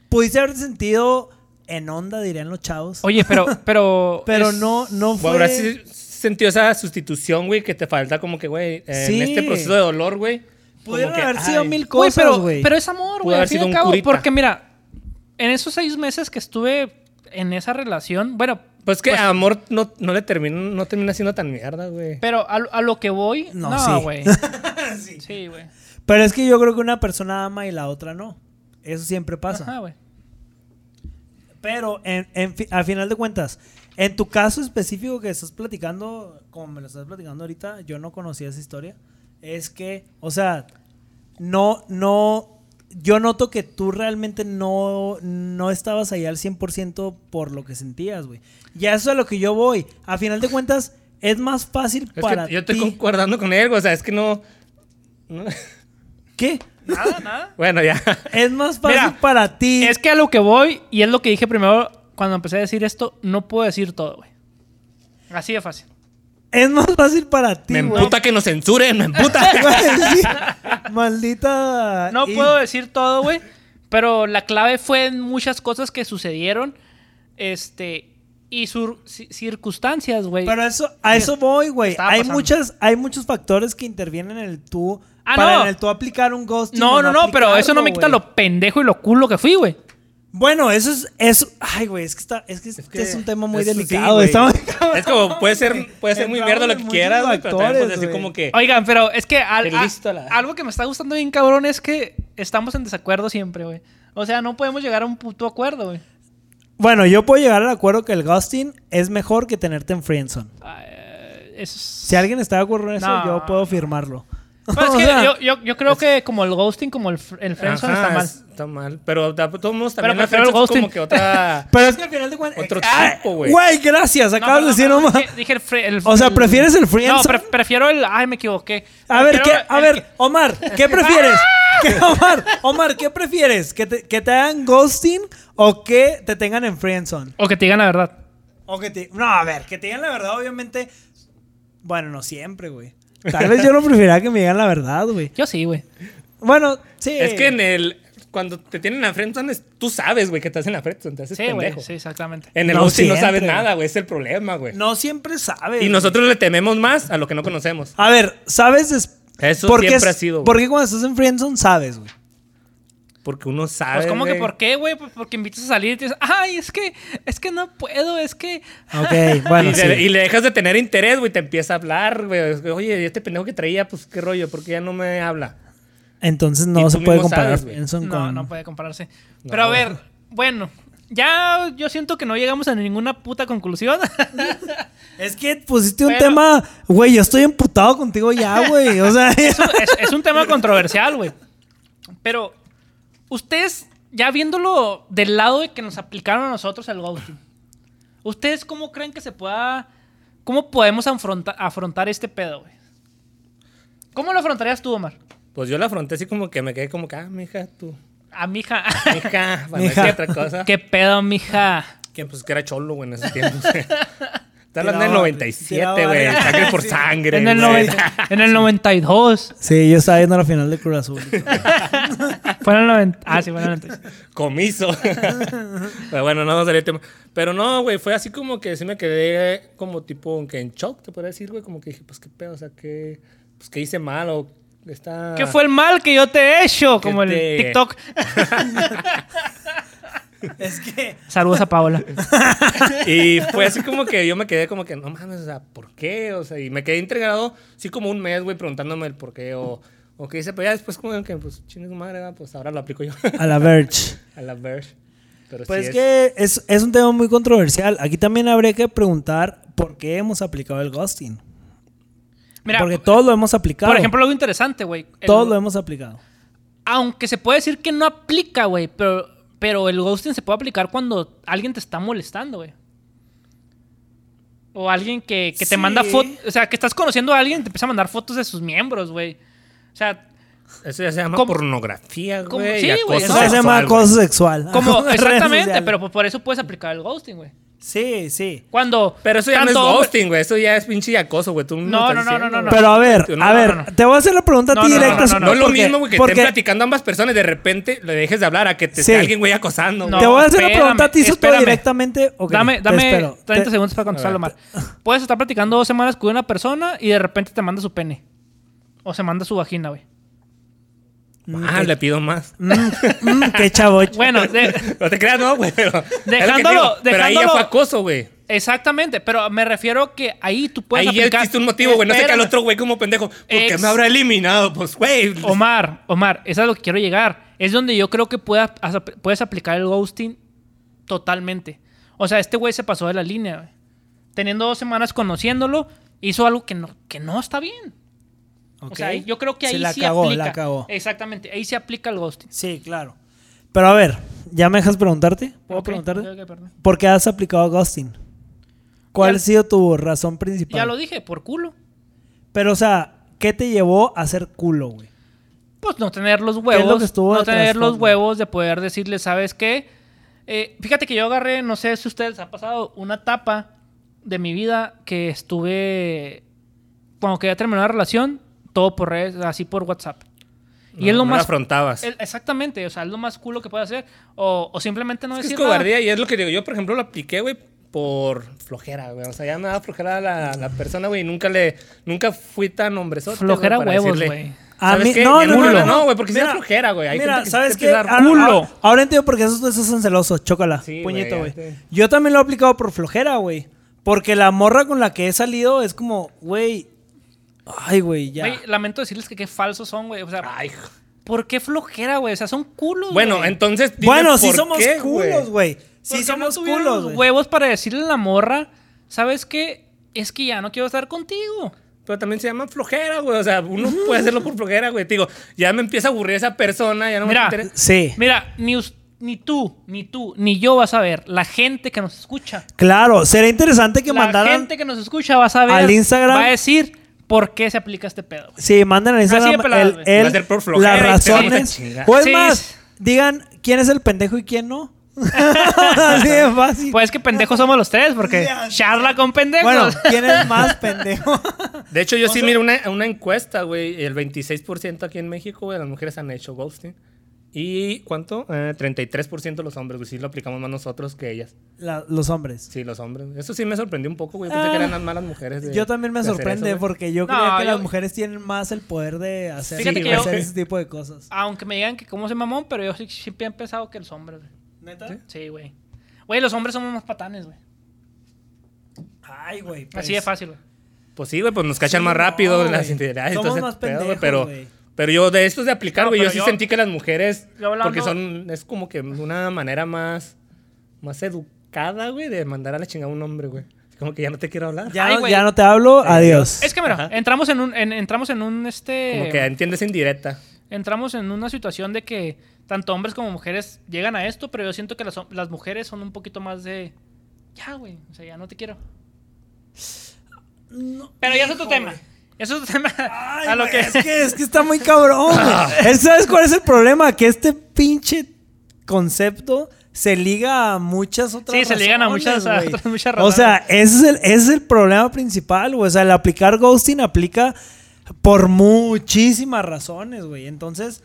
C: pudiste haber sentido en onda, dirían los chavos.
B: Oye, pero pero
C: pero
B: es-
C: no, no
D: Güey,
C: fue.
D: habrás si- sentido esa sustitución, güey, que te falta como que, güey, eh,
C: Sí.
D: en este proceso de dolor, güey. como
C: Pudieron
D: que,
C: haber sido
D: ay,
C: mil
B: Güey,
C: cosas,
B: pero,
C: güey.
B: pero es amor,
D: Pudo
B: güey.
D: haber
B: al fin y
D: sido
B: al
D: un
B: cabo,
D: curita.
B: porque mira, en esos seis meses que estuve en esa relación, bueno,
D: Pues que
B: Pues-
D: amor no, no le termina, no termina siendo tan mierda, güey.
B: pero a, lo- a lo que voy,
C: No,
B: no,
C: sí.
B: güey. sí, güey.
C: Pero es que yo creo que una persona ama y la otra no. Eso siempre pasa.
B: Ajá, güey.
C: Pero en, en fi- a final de cuentas, en tu caso específico que estás platicando, como me lo estás platicando ahorita, yo no conocía esa historia. Es que, o sea, no, no, yo noto que tú realmente no, no estabas ahí al 100% por lo que sentías, güey. Ya eso es a lo que yo voy. A final de cuentas, es más fácil
D: Es
C: para
D: que yo estoy
C: ti.
D: concordando con él, güey, o sea, es que no... no-
C: ¿Qué?
B: Nada, nada.
D: Bueno, ya.
C: Es más fácil
B: Mira,
C: para ti.
B: Es que a lo que voy, y es lo que dije primero cuando empecé a decir esto, no puedo decir todo, güey. Así de fácil.
C: Es más fácil para ti,
D: me
C: güey.
D: emputa que nos censuren, me emputa.
C: Güey, sí. Maldita.
B: No
C: y-
B: puedo decir todo, güey. Pero la clave fue en muchas cosas que sucedieron. Este. Y sur- ci- circunstancias, güey.
C: Pero eso, a eso voy, güey.
B: estaba
C: Hay
B: pasando.
C: muchas, hay muchos factores que intervienen en el tú
B: Ah,
C: para
B: no.
C: en el tú aplicar un ghosting.
B: No,
C: o
B: no, no, pero eso no me quita
C: aplicarlo, güey.
B: lo pendejo y lo culo que fui, güey.
C: Bueno, eso es, eso, ay, güey, es que está, es que este es, un tema muy delicado.
D: güey.
C: estamos-
D: es como, puede ser, puede ser muy
C: Entramos
D: mierda lo
C: en
D: que
C: muchos
D: quieras, güey, pero también
C: factores,
D: puedes decir
C: güey.
D: como que...
B: Oigan, pero es que al-
D: El
B: a-
D: listo a la-
B: algo que me está gustando bien cabrón es que estamos en desacuerdo siempre, güey. O sea, no podemos llegar a un puto acuerdo, güey.
C: Bueno, yo puedo llegar al acuerdo que el ghosting es mejor que tenerte en friendzone.
B: Ah, eh, eso es-
C: Si alguien está de acuerdo en eso,
B: No.
C: yo puedo firmarlo.
B: Pero es
C: O
B: que
C: sea,
B: yo, yo- yo creo que como el ghosting, como el, fr- el friendzone
D: Ajá,
B: está mal.
D: es- Está mal. Pero de todos modos también la
B: prefiero el
D: friendzone
B: ghosting.
D: es como que otra...
C: Pero es que al final de cuentas,
D: Otro
C: Ah,
D: tipo, güey.
C: Güey, gracias.
B: No,
C: Acabas de decir
B: perdón,
C: nomás.
B: perdón, dije- dije el fre- el-
C: O sea, ¿prefieres el friendzone?
B: No, pre- prefiero el. Ay, me equivoqué.
C: A ver, ¿qué,
B: Prefiero
C: a
B: el
C: ver,
B: que-
C: Omar, ¿qué prefieres? ¿Qué, Omar, Omar, ¿qué prefieres? ¿Que te, que te hagan ghosting o que te tengan en friendzone?
B: O que te digan la verdad.
C: O que te... No, a ver, que te digan la verdad, obviamente... Bueno, no siempre, güey. Tal vez yo no prefiera que me digan la verdad, güey.
B: Yo sí, güey.
C: Bueno, sí.
D: Es que en el... Cuando te tienen en la friendzone, es- tú sabes, güey, que te hacen la friendzone, te haces
B: Sí, güey.
D: pendejo.
B: Sí, exactamente.
D: En el
C: No
D: ghosting no
C: siempre,
D: sabes
C: güey.
D: nada, güey, es el problema, güey.
C: No siempre sabes.
D: Y
C: güey.
D: nosotros le tememos más a lo que no conocemos.
C: A ver, ¿sabes? des-
D: Eso
C: por qué
D: siempre
C: es-
D: ha sido, güey.
C: ¿Por qué cuando estás en friendzone sabes, güey?
D: Porque uno sabe.
B: Pues, ¿cómo que
D: güey.
B: por qué, güey? Pues porque invitas a salir y te dices, ay, es que, es que no puedo, es que.
C: Ok,
D: Y,
C: bueno, sí.
D: le, y le dejas de tener interés, güey, te empieza a hablar, güey. Es que, Oye, ¿y este pendejo que traía, pues qué rollo, porque ya no me habla.
C: Entonces
D: y
C: no
D: tú
C: se puede
D: mismo
C: comparar
D: sabes, güey.
C: friendzone
B: No,
C: con...
B: no puede compararse. Pero a ver, bueno, ya yo siento que no llegamos a ninguna puta conclusión.
C: Es que pusiste un
B: Pero-
C: tema, güey, yo estoy emputado contigo ya, güey. O sea,
B: es, es un tema controversial, güey. Pero ustedes, ya viéndolo del lado de que nos aplicaron a nosotros el ghosting, ¿ustedes cómo creen que se pueda... ¿Cómo podemos afronta- afrontar este pedo, güey? ¿Cómo lo afrontarías tú, Omar?
D: Pues yo la afronté así como que me quedé como que, ah, mija, tú.
B: A mi hija.
D: Mija, para no
C: Mija.
D: decir otra cosa.
B: ¿Qué pedo, mija?
D: Que pues que era cholo, güey, en ese tiempo. Está hablando
C: Tiraba-
D: del 97,
C: tiraba-
D: güey. Sangre por sangre.
B: En el,
D: güey.
B: noventa- en el 92.
C: sí, yo estaba viendo la final de Cruz Azul.
B: Fue en el 90. Ah, sí, fue en el 92.
D: Comiso. Pero bueno, no, no salió el tema. Pero no, güey, fue así como que sí me quedé como tipo que en shock, te podría decir, güey. Como que dije, pues qué pedo, o sea, que, pues, que hice mal o está...
B: ¿Qué fue el mal que yo te he hecho? Como el
D: te-
B: TikTok.
C: es que...
B: Saludos a Paola.
D: Y fue así como que yo me quedé como que, no mames, o sea, ¿por qué? O sea, y me quedé entregado, sí, como un mes, güey, preguntándome el por qué o, o qué hice. Pero ya después, como que, pues, chingue su madre, va, pues ahora lo aplico yo
C: A la Verge.
D: a la Verge. Pero
C: Pues
D: sí es-
C: que es, es un tema muy controversial. Aquí también habría que preguntar por qué hemos aplicado el ghosting.
B: Mira,
C: Porque todos lo hemos aplicado.
B: Por ejemplo, algo interesante, güey. El-
C: em- todos lo hemos aplicado.
B: Aunque se puede decir que no aplica, güey, pero, pero el ghosting se puede aplicar cuando alguien te está molestando, güey. O alguien que, que te
C: Sí.
B: manda fotos. O sea, que estás conociendo a alguien y te empieza a mandar fotos de sus miembros, güey. O sea,
D: Eso ya se llama
B: ¿Cómo?
D: pornografía,
B: ¿Cómo?
D: güey.
B: Sí,
D: y acoso
B: güey,
C: Eso se
D: sexual,
C: llama
D: güey.
C: acoso sexual.
B: como.
C: Redes
B: exactamente,
C: sociales.
B: pero por- por eso puedes aplicar el ghosting, güey.
C: Sí, sí.
B: Cuando.
D: Pero eso ya
B: tanto
D: no es
B: hombre-
D: ghosting, güey. Eso ya es pinche acoso, güey. Tú me
B: No,
D: estás
B: no, no,
D: diciendo,
B: no, no,
D: güey.
C: Pero a ver,
D: No,
C: a
D: no,
C: ver,
B: no, no.
C: te voy a hacer la pregunta a
B: No,
C: ti
B: no, no,
C: directa.
B: no, no,
D: No es lo
C: porque-
D: mismo, güey, que
C: porque-
D: estén platicando ambas personas. De repente le dejes de hablar a que te
C: Sí.
D: esté alguien, güey, acosando.
B: No,
D: güey.
C: Te voy a hacer la pregunta a ti
B: espérame,
C: Soto,
B: espérame.
C: directamente. Ok,
B: dame
C: te
B: dame
C: espero.
B: 30
C: Te-
B: segundos para contestarlo, Omar. Puedes estar platicando dos semanas con una persona y de repente te manda su pene. O se manda su vagina, güey.
D: Ah, le pido más.
C: Mm, mm, qué chavo.
B: Bueno, de-
D: No te creas, no, güey. Pero, es lo que
B: Dejándolo-
D: digo. Pero ahí ya
B: dejándolo-
D: fue acoso, güey.
B: exactamente, pero me refiero que ahí tú puedes
D: Ahí ya
B: aplicar-
D: existe un motivo, güey. No sé que al
B: Espérame.
D: otro güey como pendejo. ¿Por qué
B: Ex-
D: me habrá eliminado? Pues, güey.
B: Omar, Omar, eso es a lo que quiero llegar. Es donde yo creo que puedas, as- puedes aplicar el ghosting totalmente. O sea, este güey se pasó de la línea, güey. Teniendo dos semanas conociéndolo, hizo algo que no, que no está bien. O sea, yo creo que ahí
C: Se
B: sí,
C: la cagó,
B: aplica. Eh.
C: la cagó.
B: Exactamente, ahí se aplica el ghosting.
C: Sí, claro. Pero a ver, ¿ya me dejas preguntarte? ¿Puedo
B: Ok,
C: preguntarte?
B: ok, ok, perdón.
C: ¿Por qué has aplicado ghosting? ¿Cuál
B: Ya-
C: ha sido tu razón principal?
B: Ya lo dije, por culo.
C: Pero, o sea, ¿qué te llevó a ser culo, güey?
B: Pues no tener los
C: es lo
B: huevos.
C: que estuvo
B: no
C: de
B: tener
C: trasfondo?
B: los huevos de poder decirle, ¿sabes qué? Eh, fíjate que yo agarré, no sé si ustedes ha pasado, una etapa de mi vida que estuve. Cuando quería terminar la relación, todo por redes, así por WhatsApp. Y
D: No,
B: es lo
D: no la
B: más.
D: afrontabas.
B: el- exactamente, o sea, es lo más culo que puede hacer. O, o simplemente no
D: Es que
B: decir
D: es
B: nada.
D: cobardía y es lo que digo. Yo, por ejemplo, lo apliqué, güey, por flojera, güey. O sea, ya me daba flojera la, la persona, güey. y Nunca le... Nunca fui tan hombrezote, güey,
B: Flojera
D: para
B: huevos,
D: decirle,
B: güey.
C: A
D: ¿Sabes
C: mí-
D: qué?
C: no,
D: Ya
C: no, no,
D: no,
C: no, no.
D: no, güey, porque si es
C: Mira,
D: flojera, güey. Hay
C: Mira,
D: gente que
C: ¿sabes
D: se
C: qué?
D: empieza a dar
C: Ahora-
B: culo.
C: ahora- Ahora entiendo por qué esos dos son celosos. Chócala,
D: Sí,
C: puñito,
D: güey,
C: güey.
D: ya sé.
C: Yo también lo he aplicado por flojera, güey. Porque la morra con la que he salido es como, güey. Ay, güey, ya.
B: Güey, lamento decirles que qué falsos son, güey. O sea,
D: Ay, Ah, hijo.
B: ¿por qué flojera, güey? O sea, son culos,
D: Bueno,
B: güey.
D: entonces. dime
C: bueno,
D: por
C: sí somos
D: qué,
C: culos, güey.
B: ¿Por
C: Sí
B: qué no
C: somos
B: tuvieron
C: culos,
B: los
C: güey.
B: huevos para decirle a la morra, ¿sabes qué? Es que ya no quiero estar contigo.
D: Pero también se llama flojera, güey. O sea, uno puede hacerlo por flojera, güey. Te digo, ya me empieza a aburrir esa persona, ya no
B: Mira.
D: me interesa.
C: Sí.
B: Mira, ni, us- ni tú, ni tú, ni yo vas a ver. La gente que nos escucha.
C: Claro, sería interesante que
B: la
C: mandaran.
B: gente que nos escucha va a saber.
C: al Instagram.
B: Va a decir por qué se aplica este pedo. güey.
C: Sí, manden al Instagram
B: de pelada,
C: el-
B: güey.
C: el-
D: Va a ser por flojera
C: las
D: y te vamos a
C: razones.
D: chingar.
C: O es
B: Sí,
C: más,
B: es-
C: digan quién es el pendejo y quién no. Así de fácil.
B: Pues que pendejos somos los tres, porque
C: Ya sé.
B: charla con pendejos.
C: bueno, ¿quién es más pendejo?
D: De hecho, yo sí miro una, una encuesta, güey. El 26% aquí en México, güey, las mujeres han hecho ghosting. ¿Y cuánto? Eh, 33% los hombres, güey. Sí, lo aplicamos más nosotros que ellas.
C: La- los hombres.
D: Sí, los hombres. Eso sí me sorprendió un poco, güey. Pensé que eran las malas mujeres. de-
C: Yo también me
D: de hacer
C: sorprende
D: eso, güey.
C: porque yo
B: No,
C: creía que
B: yo-
C: las mujeres tienen más el poder de hacer,
B: Fíjate
D: que yo-
C: hacer ese tipo de cosas.
B: Aunque me digan que cómo se mamón, pero yo sí- siempre he pensado que los hombres. güey.
C: ¿Neta?
B: Sí, güey. Güey, los hombres somos más patanes, güey.
C: Ay, güey. pues.
B: Así de fácil, güey.
D: Pues sí, güey, pues nos cachan
C: Sí,
D: más
C: no,
D: rápido
C: güey.
D: las infidelidades.
C: Somos
D: entonces,
C: más
D: pedo, güey,
C: pendejos,
D: pero,
C: güey.
D: pero yo de esto es de aplicar,
B: No,
D: güey. yo
B: pero
D: sí
B: yo-
D: sentí que las mujeres,
B: yo hablando-
D: porque son, es como que una manera más, más educada, güey, de mandar a la chingada a un hombre, güey. Es Como que ya no te quiero hablar.
C: Ya,
B: Ay,
C: no-
B: güey.
C: ya no te hablo, adiós.
B: Es que mira,
D: Ajá.
B: entramos en un, en- entramos en un este.
D: Como que entiendes indirecta.
B: entramos en una situación de que tanto hombres como mujeres llegan a esto, pero yo siento que las, hom- las mujeres son un poquito más de. Ya, güey. O sea, ya no te quiero. pero ya es otro tema. Eso es otro tema.
C: Ay,
B: a lo
C: güey,
B: que. Ah.
C: es, que, es que está muy cabrón. güey. Es- ¿Sabes cuál es el problema? Que este pinche concepto se liga a muchas otras
B: Sí, se ligan a
C: razones,
B: muchas- a
C: güey.
B: otras muchas
C: O sea, ese es el, ese es el problema principal, güey. O sea, el aplicar ghosting aplica por muchísimas razones, güey. Entonces,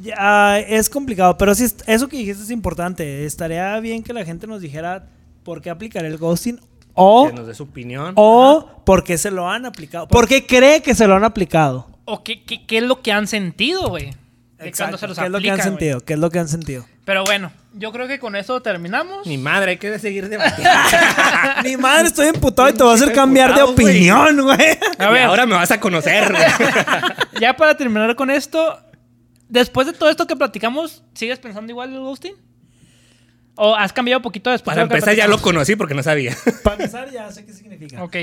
C: ya, es complicado. Pero sí, es- eso que dijiste es importante. Estaría bien que la gente nos dijera por qué aplicar el ghosting o...
D: Que nos dé su opinión.
C: O porque se lo han aplicado. Porque cree que se lo han aplicado.
B: o qué, qué- qué es lo que han sentido, güey. De cuando se los
C: ¿Qué es lo que han
B: aplican, güey.
C: sentido? ¿Qué es lo que han sentido?
B: Pero bueno, yo creo que con eso terminamos.
D: Ni madre, hay que seguir debatiendo.
B: Ah,
C: Mi madre, estoy emputado y te voy a hacer
D: Estoy
C: cambiar de
D: emputado, güey.
C: opinión, güey.
B: A ver.
D: Y ahora me vas a conocer, güey.
B: Ya para terminar con esto, después de todo esto que platicamos, ¿sigues pensando igual del ghosting? ¿O has cambiado poquito después?
D: Para
B: de que
D: empezar, ya lo
B: platicamos?
D: conocí porque no sabía.
C: Para empezar, ya sé qué significa.
B: Ok.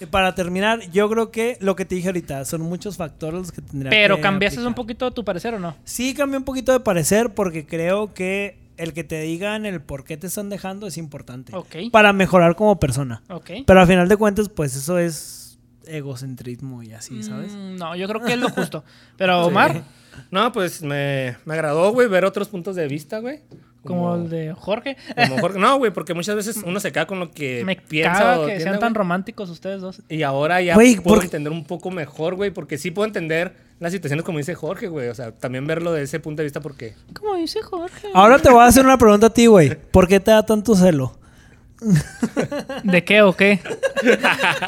C: Y Para terminar, yo creo que lo que te dije ahorita, son muchos factores los que tendría que
B: Pero cambiaste
C: aplicar.
B: un poquito tu parecer o no?
C: Sí, cambié un poquito de parecer porque creo que el que te digan el por qué te están dejando es importante.
B: Ok.
C: Para mejorar como persona.
B: Ok.
C: Pero al final de cuentas, pues eso es egocentrismo y así, ¿sabes?
B: Mm, no, yo creo que es lo justo. Pero Omar,
D: No, pues me, me agradó, güey, ver otros puntos de vista, güey.
B: como el de Jorge,
D: A lo mejor- no, güey, porque muchas veces uno se queda con lo que
B: me
D: piensa
B: caga
D: o
B: que
D: tiene,
B: sean
D: güey.
B: tan románticos ustedes dos.
D: Y ahora ya
C: Güey,
D: puedo
C: por-
D: entender un poco mejor, güey, porque sí puedo entender las situaciones como dice Jorge, güey. O sea, también verlo de ese punto de vista porque...
B: Como dice Jorge.
C: Ahora te voy a hacer una pregunta a ti, güey. ¿Por qué te da tanto celo?
B: ¿De qué o qué?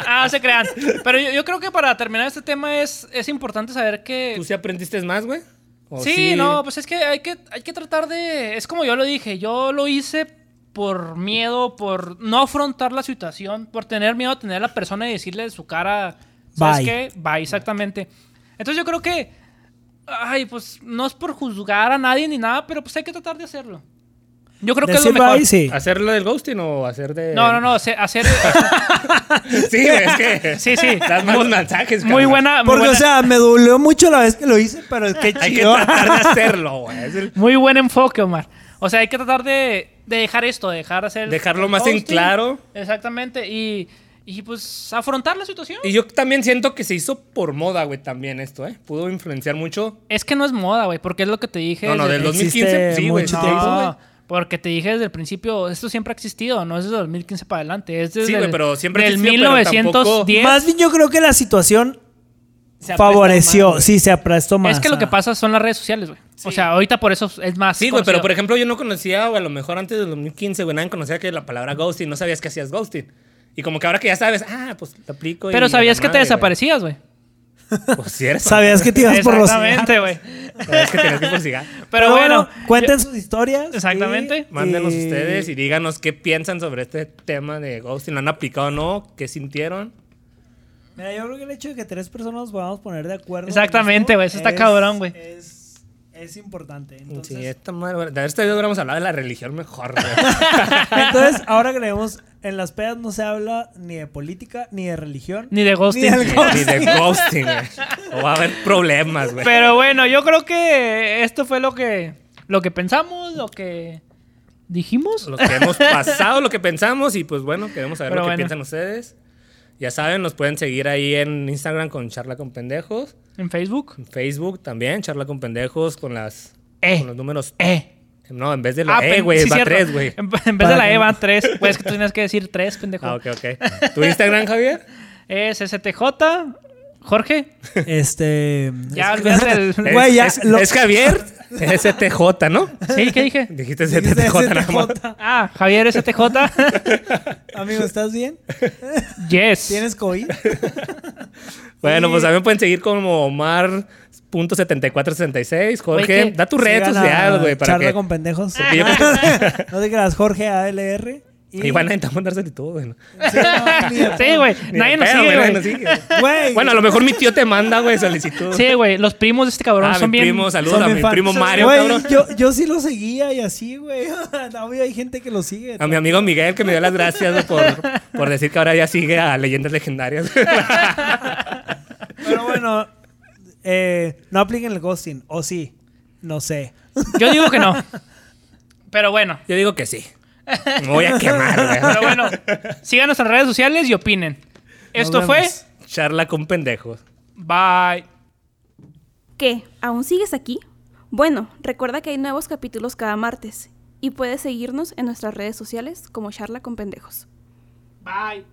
B: ah, no se crean. Pero yo, yo creo que para terminar este tema es, es importante saber que...
D: ¿Tú sí aprendiste más, güey? ¿O
B: Sí, no, pues es que hay, que hay que tratar de... Es como yo lo dije, yo lo hice por miedo, por no afrontar la situación, por tener miedo a tener a la persona y decirle de su cara, ¿sabes
C: Bye.
B: qué? Bye, exactamente. Entonces yo creo que, ay, pues no es por juzgar a nadie ni nada, pero pues hay que tratar de hacerlo. Yo creo que es lo
C: Decir
B: mejor.
C: bye, sí.
D: ¿Hacerlo del ghosting o hacer de...?
B: No, no, no, hacer... hacer-
D: sí, güey, es que...
B: sí, sí.
D: Das más mensajes,
B: Muy
D: carnal.
B: buena, muy
C: Porque, o
B: buena-
C: sea, me dolió mucho la vez que lo hice, pero es que
D: Hay que
C: chido.
D: tratar de hacerlo, güey. Es el-
B: Muy buen enfoque, Omar. O sea, hay que tratar de, de dejar esto, de dejar hacer. el-
D: Dejarlo
B: el
D: más en
B: ghosting.
D: claro.
B: Exactamente. Y, y pues afrontar la situación.
D: Y yo también siento que se hizo por moda, güey, también esto, ¿eh? Pudo influenciar mucho.
B: Es que no es moda, güey, porque es lo que te dije.
D: No, no,
B: desde-
D: del
C: Existe
D: 2015, sí, güey.
C: mucho
D: sí,
C: tiempo,
D: güey.
B: No, porque te dije desde el principio, esto siempre ha existido, no es desde 2015 para adelante. Es desde
D: Sí, güey,
B: el-
D: pero siempre ha
B: del
D: existido, pero
B: 1910.
C: Más bien yo creo que la situación
D: Se apresta
C: favoreció.
D: más, güey.
C: sí, se aprestó más.
B: es que lo que
C: ah.
B: pasa son las redes sociales, güey. O sea, ahorita por eso es más.
D: Sí, güey, pero por
B: conocido.
D: ejemplo, yo no conocía, o a lo mejor antes del 2015, güey, nadie conocía que la palabra ghosting, no sabías que hacías ghosting. Y como que ahora que ya sabes, ah, pues te aplico. y
B: Pero
D: la
B: sabías que te
D: madre, güey.
B: desaparecías, güey.
D: Pues sí, eres-
C: Sabías que te ibas por los.
B: Exactamente, güey.
D: Sabías que tenías que investigar.
B: Pero bueno,
C: cuenten sus historias.
B: Exactamente.
C: y- eh,
D: Mándenos
C: y-
D: ustedes y díganos qué piensan sobre este tema de ghosting. ¿Lo han aplicado o no? ¿Qué sintieron?
C: Mira, yo creo que el hecho de que tres personas nos podamos poner de acuerdo. en
B: Exactamente,
C: esto
B: güey, eso está
C: es-
B: cabrón, güey.
C: Es, es importante. Entonces,
D: sí, esta madre. güey. De este video hubiéramos hablado de la religión mejor, güey.
C: entonces, ahora creemos, en las pedas no se habla ni de política, ni de religión.
B: ni de ghosting.
C: Ni del
D: Ni de ghosting, güey. O va a haber problemas, güey.
B: Pero bueno, yo creo que esto fue lo que lo que pensamos, lo que dijimos.
D: lo que hemos pasado, lo que pensamos y pues bueno, queremos saber
B: Pero
D: lo que
B: bueno.
D: piensan ustedes. Ya saben, nos pueden seguir ahí en Instagram con Charla con Pendejos,
B: En Facebook.
D: en Facebook también, Charla con Pendejos con las
B: Eh.
D: con los números
B: Eh. ah,
D: No, en vez de la E,
B: pen-
D: güey,
B: sí,
D: va
B: cierto.
D: tres, güey.
B: En, en vez de la
C: Para-
B: E van tres. Pues es que tú tenías que decir tres, pendejo.
D: Ah, ok, ok. ¿Tu Instagram, Javier?
B: Es STJ. Jorge.
C: Este.
B: Ya olvídate del.
C: Güey,
D: es,
C: ya,
D: es-
C: lo-
D: es Javier STJ, ¿no?
B: Sí, ¿qué dije?
D: Dijiste STJ nada más.
B: Ah, Javier STJ.
C: Amigo, ¿estás bien?
B: yes.
C: ¿Tienes COVID?
D: Bueno, pues
C: Sí.
D: también pueden seguir como Omar.7466. Jorge,
B: Güey, que
D: da tu red
C: Sigan a
D: social, güey, para
C: Charla
D: que...
C: con pendejos.
D: Porque yo creo
C: no te creas, Jorge ALR. Y,
D: Y van a intentar mandárselo y todo, güey. ¿no?
C: Sí, no, ni de
B: Sí, güey.
D: Ni
B: Nadie
D: de
B: nos
D: pedo,
B: sigue, güey.
D: güey, nadie nos sigue.
C: Güey.
D: Bueno, a lo mejor mi tío te manda, güey, solicitud.
B: Sí, güey. Los primos de este cabrón
D: Ah,
B: son
D: mi
B: bien.
D: primo, saludos
C: Son
D: a
C: bien
D: mi
C: fan.
D: primo Mario,
C: Güey,
D: cabrón.
C: Yo, yo sí lo seguía y así, güey. Obvio hay gente que lo sigue.
D: A mi amigo Miguel, que me dio las gracias güey, por, por decir que ahora ya sigue a leyendas legendarias.
C: Pero bueno, eh, no apliquen el ghosting. O sí, no sé.
B: Yo digo que no. Pero bueno.
D: Yo digo que sí. Me voy a quemar,
B: Pero
D: güey.
B: bueno, sigan nuestras redes sociales y opinen. Esto
C: Nos
B: fue.
C: vemos.
D: Charla con pendejos.
B: Bye.
A: ¿Qué? ¿Aún sigues aquí? Bueno, recuerda que hay nuevos capítulos cada martes y puedes seguirnos en nuestras redes sociales como Charla con Pendejos.
B: Bye.